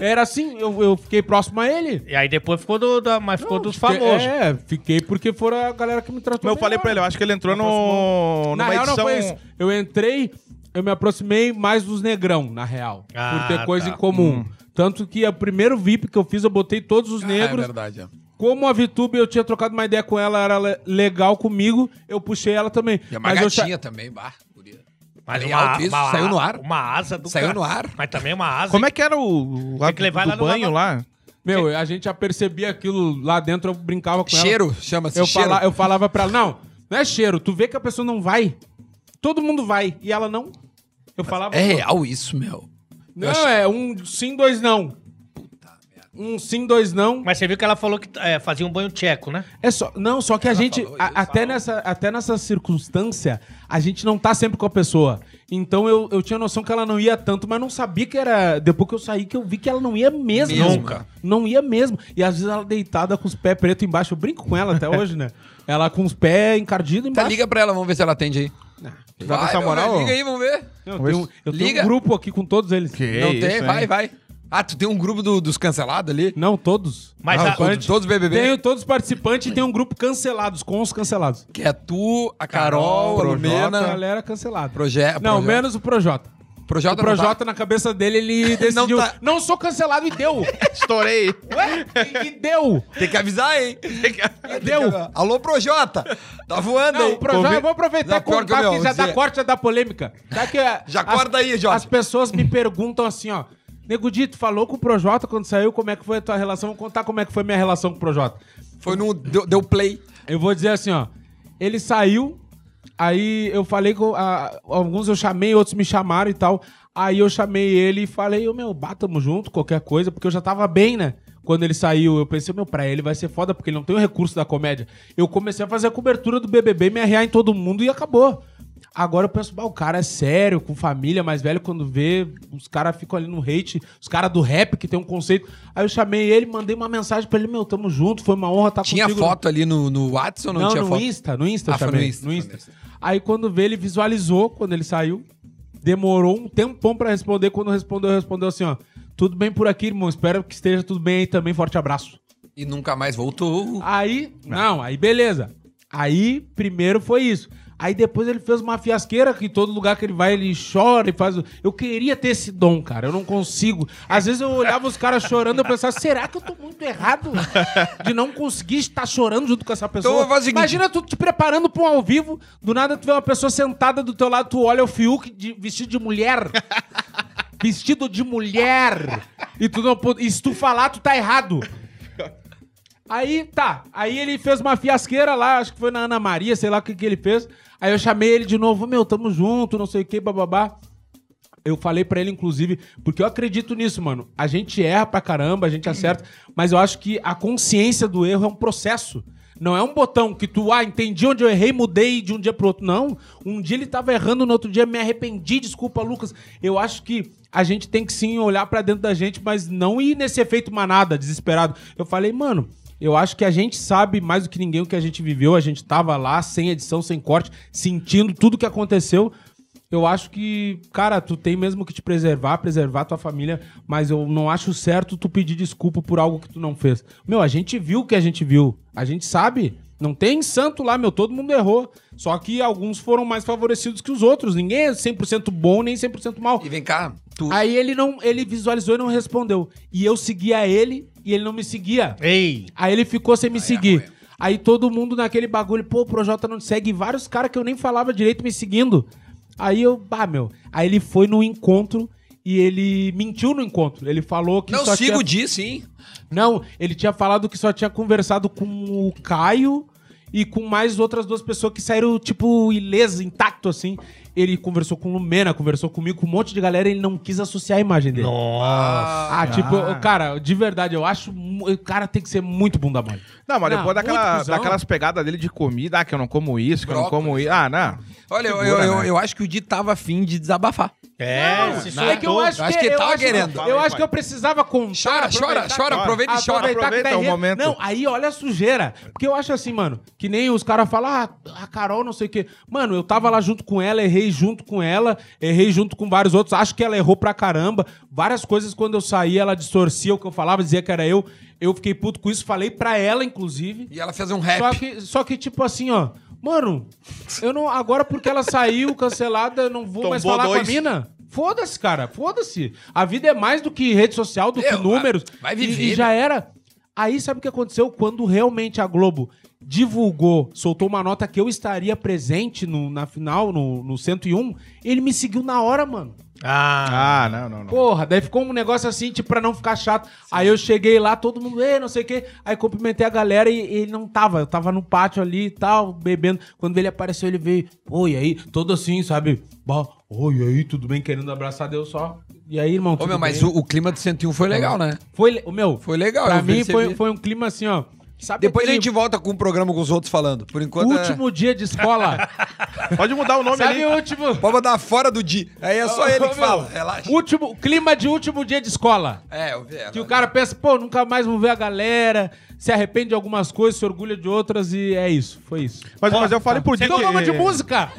A: Era assim, eu, eu fiquei próximo a ele.
B: E aí depois ficou do, da- mas ficou dos
A: Fiquei-
B: famosos.
A: É, fiquei porque foram a galera que me tratou
D: Mas eu falei
A: melhor.
D: pra ele, eu acho que ele entrou no,
A: Na
D: numa
A: real, não
D: edição...
A: foi isso. Eu entrei, eu me aproximei mais dos negrão, na real.
B: Ah,
A: por ter coisa
B: tá.
A: em comum.
D: Hum.
A: Tanto que o primeiro VIP que eu fiz, eu botei todos os
C: Ah, é
A: negros.
C: verdade, é.
A: Como a Vitube eu tinha trocado uma ideia com ela, era le- legal comigo, eu puxei ela também.
C: E é uma
A: Mas eu cha-
C: gatinha também, bah. guria.
B: Mas
C: Legal que isso, saiu no ar.
B: Uma asa do
C: Saiu
B: cara.
C: no ar.
B: Mas também uma asa.
D: Como é que era o, o
B: Tem que
D: do-
B: levar
D: do
B: lá no
D: banho
B: lava-
D: lá?
A: Meu, a gente já percebia aquilo lá dentro, eu brincava com ela.
C: Cheiro, chama-se
A: Eu,
C: cheiro.
A: fala- eu falava pra ela, não, não é cheiro, tu vê que a pessoa não vai. Todo mundo vai, e ela não. Eu falava,
C: É real isso, meu.
A: não, é um sim, dois não. Um sim, dois não.
B: Mas você viu que ela falou que é, fazia um banho tcheco, né?
A: É só, não, só que a gente,
C: falou
A: a-
C: isso,
A: até, nessa, até nessa circunstância, a gente não tá sempre com a pessoa. Então eu, eu tinha noção que ela não ia tanto, mas não sabia que era. Depois que eu saí, que eu vi que ela não ia mesmo.
C: Mesmo.
A: Nunca. Não ia mesmo. E às vezes ela deitada com os pés pretos embaixo. Eu brinco com ela até hoje, né? Ela com os pés encardidos
C: Tá,
A: embaixo.
C: liga pra ela, vamos ver se ela atende aí.
D: Vai dar essa
C: meu
D: moral?
C: velho, Liga aí, vamos ver.
A: Eu, tenho, eu tenho
C: Liga.
A: um grupo aqui com todos eles.
D: Que
C: não tem,
D: isso,
C: vai,
D: hein?
C: vai. Ah, tu tem um grupo do- dos cancelados ali?
A: Não, todos.
B: Mas
C: Ah,
B: a-
C: todos, todos BBB?
A: Tenho todos os participantes e tem um grupo cancelados, com os cancelados.
C: Que é tu, a Carol, a
A: A
C: Lumena.
A: galera cancelada.
C: Proje-
A: Não,
C: Projota.
A: menos o Projota.
C: Projota
A: O
C: não tá?
A: Projota, na cabeça dele, ele decidiu. Não,
C: tá.
A: sou cancelado e deu.
D: Estourei.
A: Ué? E, e deu.
C: Tem que avisar, hein?
A: E deu.
C: Alô, Projota! Tá voando
A: Não,
C: aí.
A: o Projota, eu vou aproveitar
C: Não,
A: e contar
C: pior que é eu
A: que,
C: não,
A: já
C: dizer-
A: dá corte, já dá polêmica. Tá que, ah,
C: Já
A: as-
C: corta aí, Jorge.
A: As pessoas me perguntam assim, ó. Nego Di, tu falou com o Projota quando saiu, como é que foi a tua relação? Vou contar como é que foi a minha relação com o Projota.
C: Foi no... Deu, deu play.
A: Eu vou dizer assim, ó. Ele saiu, aí eu falei com. a- alguns eu chamei, outros me chamaram e tal. Aí eu chamei ele e falei, ô meu, batamos junto, qualquer coisa, porque eu já tava bem, né? Quando ele saiu, eu pensei, meu, pra ele vai ser foda, porque ele não tem o recurso da comédia. Eu comecei a fazer a cobertura do BBB, me arrear em todo mundo e acabou. Agora eu penso, bah, o cara é sério, com família, mais velho, quando vê, os caras ficam ali no hate, os caras do rap que tem um conceito. Aí eu chamei ele, mandei uma mensagem pra ele, meu, tamo junto, foi uma honra estar
C: Tinha
A: Tá contigo. né?
C: foto ali no, no WhatsApp ou não,
A: Não,
C: tinha
A: no
C: foto?
A: Insta, no Insta,
C: Ah,
A: eu
C: foi
A: chamei,
C: no Insta,
A: no
C: foi no
A: Insta.
C: Insta.
A: Aí quando vê, ele visualizou quando ele saiu. Demorou um tempão pra responder. Quando respondeu, respondeu assim, ó. Tudo bem por aqui, irmão. Espero que esteja tudo bem aí também. Forte abraço.
C: E nunca mais voltou.
A: Aí, não, aí beleza. Aí, primeiro foi isso. Aí depois ele fez uma fiasqueira que todo lugar que ele vai ele chora e faz. o- Eu queria ter esse dom, cara. Eu não consigo. Às vezes eu olhava os caras chorando e eu pensava, será que eu tô muito errado de não conseguir estar chorando junto com essa pessoa?
C: eu vou fazer Então, o seguinte.
A: Imagina tu te preparando pra um ao vivo, do nada tu vê uma pessoa sentada do teu lado, tu olha o Fiuk de- vestido de mulher. vestido de mulher. E tu não pode- e se tu falar, tu tá errado. Aí, tá. Aí ele fez uma fiasqueira lá, acho que foi na Ana Maria, sei lá o que, que ele fez. Aí eu chamei ele de novo, meu, tamo junto, não sei o que, bababá. Eu falei pra ele, inclusive, porque eu acredito nisso, mano. A gente erra pra caramba, a gente acerta, mas eu acho que a consciência do erro é um processo. Não é um botão que tu, ah, entendi onde eu errei, mudei de um dia pro outro. Não. Um dia ele tava errando, no outro dia me arrependi, desculpa, Lucas. Eu acho que a gente tem que sim olhar pra dentro da gente, mas não ir nesse efeito manada, desesperado. Eu falei, mano, eu acho que a gente sabe mais do que ninguém o que a gente viveu. A gente tava lá, sem edição, sem corte, sentindo tudo que aconteceu. Eu acho que, cara, tu tem mesmo que te preservar, preservar tua família, mas eu não acho certo tu pedir desculpa por algo que tu não fez. Meu, a gente viu o que a gente viu. A gente sabe. Não tem santo lá, meu. Todo mundo errou. Só que alguns foram mais favorecidos que os outros. Ninguém é 100% bom nem 100% mal.
C: E vem cá, tu.
A: Aí ele não, ele visualizou e não respondeu. E eu seguia ele e ele não me seguia.
B: Ei!
A: Aí ele ficou sem
C: é
A: me seguir. Aí todo mundo naquele bagulho, pô, o Projota não te segue. E vários caras que eu nem falava direito me seguindo. Aí eu, bah, meu. Aí ele foi no encontro e ele mentiu no encontro. Ele falou que
C: não
A: só
C: sigo
A: tinha...
C: o Di, sim.
A: Não, ele tinha falado que só tinha conversado com o Caio e com mais outras duas pessoas que saíram, tipo, ilesas, intacto, assim. Ele conversou com Lumena, conversou comigo, com um monte de galera, ele não quis associar a imagem
C: Ah.
A: dele.
B: Nossa!
A: Ah, tipo, cara, de verdade, eu acho. mu- O cara tem que ser muito bunda mole.
D: Não, mas
A: Não,
D: depois daquela,
A: muito cuzão.
D: daquelas pegadas dele de comida, ah, que eu não como isso, que eu não como isso. Ah, não.
C: Olha, eu,
D: Segura,
C: eu, eu,
D: né?
C: acho que o Di tava afim de desabafar.
B: É,
A: Não,
B: se
A: é que eu
B: soltou.
A: acho que,
C: Acho que
A: eu
C: tava
A: acho que-
C: querendo.
A: Eu,
D: Fala aí,
A: acho que
D: pai.
A: eu precisava contar.
C: Chora,
A: aproveitar-
C: chora, chora, aproveita e chora.
A: Aproveitar que
D: Aproveita
A: tá
D: o
A: errando.
D: momento.
A: Não, aí olha a sujeira. Porque eu acho assim, mano, que nem os caras falam, ah, a Carol não sei o quê. Mano, eu tava lá junto com ela, errei junto com ela, errei junto com vários outros. Acho que ela errou pra caramba. Várias coisas, quando eu saí, ela distorcia o que eu falava, dizia que era eu. Eu fiquei puto com isso, falei pra ela, inclusive.
C: E ela fez um rap.
A: Só que, só que, tipo assim, ó. Mano, eu não. Agora porque ela saiu cancelada, eu não vou mais
D: Tombou
A: falar
D: dois.
A: com a mina. Foda-se, cara. Foda-se. A vida é mais do que rede social, do que
C: Meu,
A: números.
C: vai- vai
A: E-
C: viver,
A: E,
C: né?
A: já era. Aí sabe o que aconteceu? Quando realmente a Globo divulgou, soltou uma nota que eu estaria presente no- na final, no, no 101, ele me seguiu na hora, mano.
B: Ah,
D: Ah, não, não, não.
A: Porra, daí ficou um negócio assim, tipo, pra não ficar chato. Aí eu cheguei lá, todo mundo, ei, não sei o quê. Aí cumprimentei a galera e ele não tava. Eu tava no pátio ali e tal, bebendo. Quando ele apareceu, ele veio, oi, aí, todo assim, sabe? Bah, Oi, aí, tudo bem? Querendo abraçar, deu só. E aí, irmão?
C: Ô,
A: tudo É.
C: meu, mas o,
A: bem?"
C: o clima do 101 foi legal, né?
A: Foi, le- o meu,
C: Foi legal,
A: Pra
C: eu
A: mim, foi,
C: percebi.
A: foi um clima assim, ó. Sabe
C: Depois a
A: aquele
C: gente volta com o programa com os outros falando. Por enquanto. é-
A: Último dia de escola.
D: Pode mudar o nome
A: sabe
D: ali.
A: o último.
C: Pode botar fora do Di. Aí é só
A: Ô,
C: ele
A: meu,
C: que fala. Relaxa.
A: Último, clima de último dia de escola.
C: É, eu vi. ela.
A: Que o cara pensa, pô, nunca mais vou ver a galera, se arrepende de algumas coisas, se orgulha de outras e é isso, foi isso.
D: Mas, mas eu falei pro Di.
A: Então
D: que-
A: vamos de música!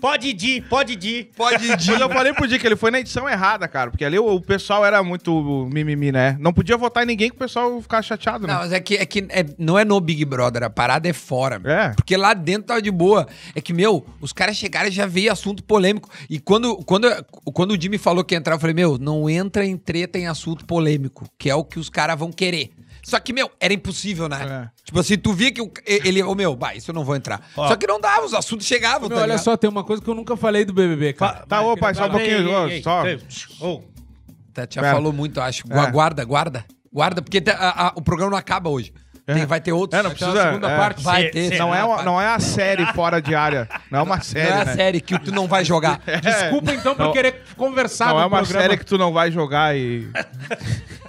B: pode ir, pode ir.
C: Pode ir, Di.
D: Mas eu falei pro Di que ele foi na edição errada, cara. Porque ali o, o pessoal era muito mimimi, né? Não podia votar em ninguém que o pessoal ficava chateado, né?
C: Não, mas é que, é que é- não é no Big Brother, a parada é fora. meu.
D: É.
C: Porque lá dentro tava de boa. É que, meu, os caras chegaram e já veio assunto polêmico. E quando, quando, quando o Jimmy falou que ia entrar, eu falei, meu, não entra em treta em assunto polêmico, que é o que os caras vão querer. Só que, meu, era impossível, né?
D: É.
C: Tipo assim, tu via que o- ele... Ô, meu, bah, isso eu não vou entrar. Só que não dava, os assuntos chegavam,
A: Meu,
C: tá
A: olha
C: ligado?
A: só, tem uma coisa que eu nunca falei do BBB, cara.
D: tá, ô, pai, só um pouquinho. ó, só.
B: Ô,
C: Tá, já
D: Pera.
C: falou muito, eu acho.
D: É.
C: Guarda, guarda. Guarda, porque tá- a- a- o programa não acaba hoje. Tem- vai ter outros.
D: É, não
C: Vai ter
D: precisa-
C: uma segunda
D: é.
C: parte. Vai
B: Se-
C: ter. né?
B: se-
D: Não é,
C: segunda
D: uma-
C: parte.
D: não é a série fora de área. Não é uma série,
C: Não é a
D: né?
C: série É. que tu não vai jogar.
A: Desculpa então por
D: É. Não.
A: querer conversar
D: Não
A: no
D: é uma
A: programa.
D: série que tu não vai jogar e...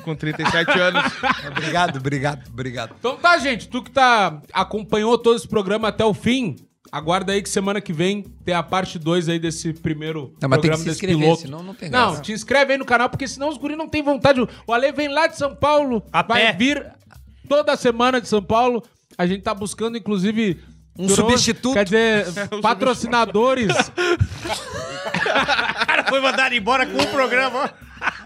D: com 37 anos.
C: obrigado, obrigado, obrigado.
A: Então tá, gente, tu que tá acompanhou todo esse programa até o fim, aguarda aí que semana que vem tem a parte 2 aí desse primeiro
C: Não,
A: programa
C: mas tem que se
A: desse
C: inscrever,
A: piloto.
C: senão não tem
A: Não,
C: graça.
A: te inscreve aí no canal porque senão os guri não tem vontade. O Ale vem lá de São Paulo,
B: A
A: vai
B: pé.
A: vir toda semana de São Paulo. A gente tá buscando inclusive
C: Um
A: durou-
C: substituto.
A: Quer
B: Um
A: dizer, patrocinadores.
B: O cara foi mandado embora com o programa.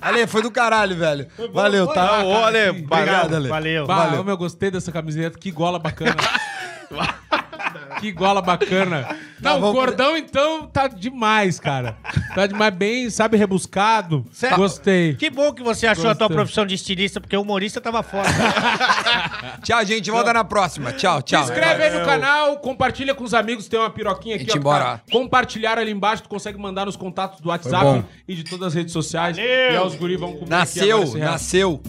C: Ale, foi do caralho, velho. Valeu, tá?
D: Ô, Ale,
C: Obrigado, Ale.
B: Valeu.
A: Bah, eu gostei dessa camiseta, que gola bacana. Que gola bacana. Não, o
C: vamos-
A: gordão, então, tá demais, cara. Tá demais, bem, sabe, rebuscado.
B: Certo.
A: Gostei.
B: Que bom que você achou a tua
A: Gostei.
B: profissão de estilista, porque o humorista tava fora.
C: Tchau, gente. Volta na próxima. Tchau,
A: Se
C: tchau.
A: inscreve aí no canal, compartilha com os amigos, tem uma piroquinha aqui,
C: Gente,
A: ó.
C: bora.
A: cara. Compartilhar ali embaixo, tu consegue mandar nos contatos do WhatsApp
C: bom.
A: e de todas as redes sociais. E aí os guri vão comer aqui agora é.
C: Nasceu,
A: esse real.
C: nasceu.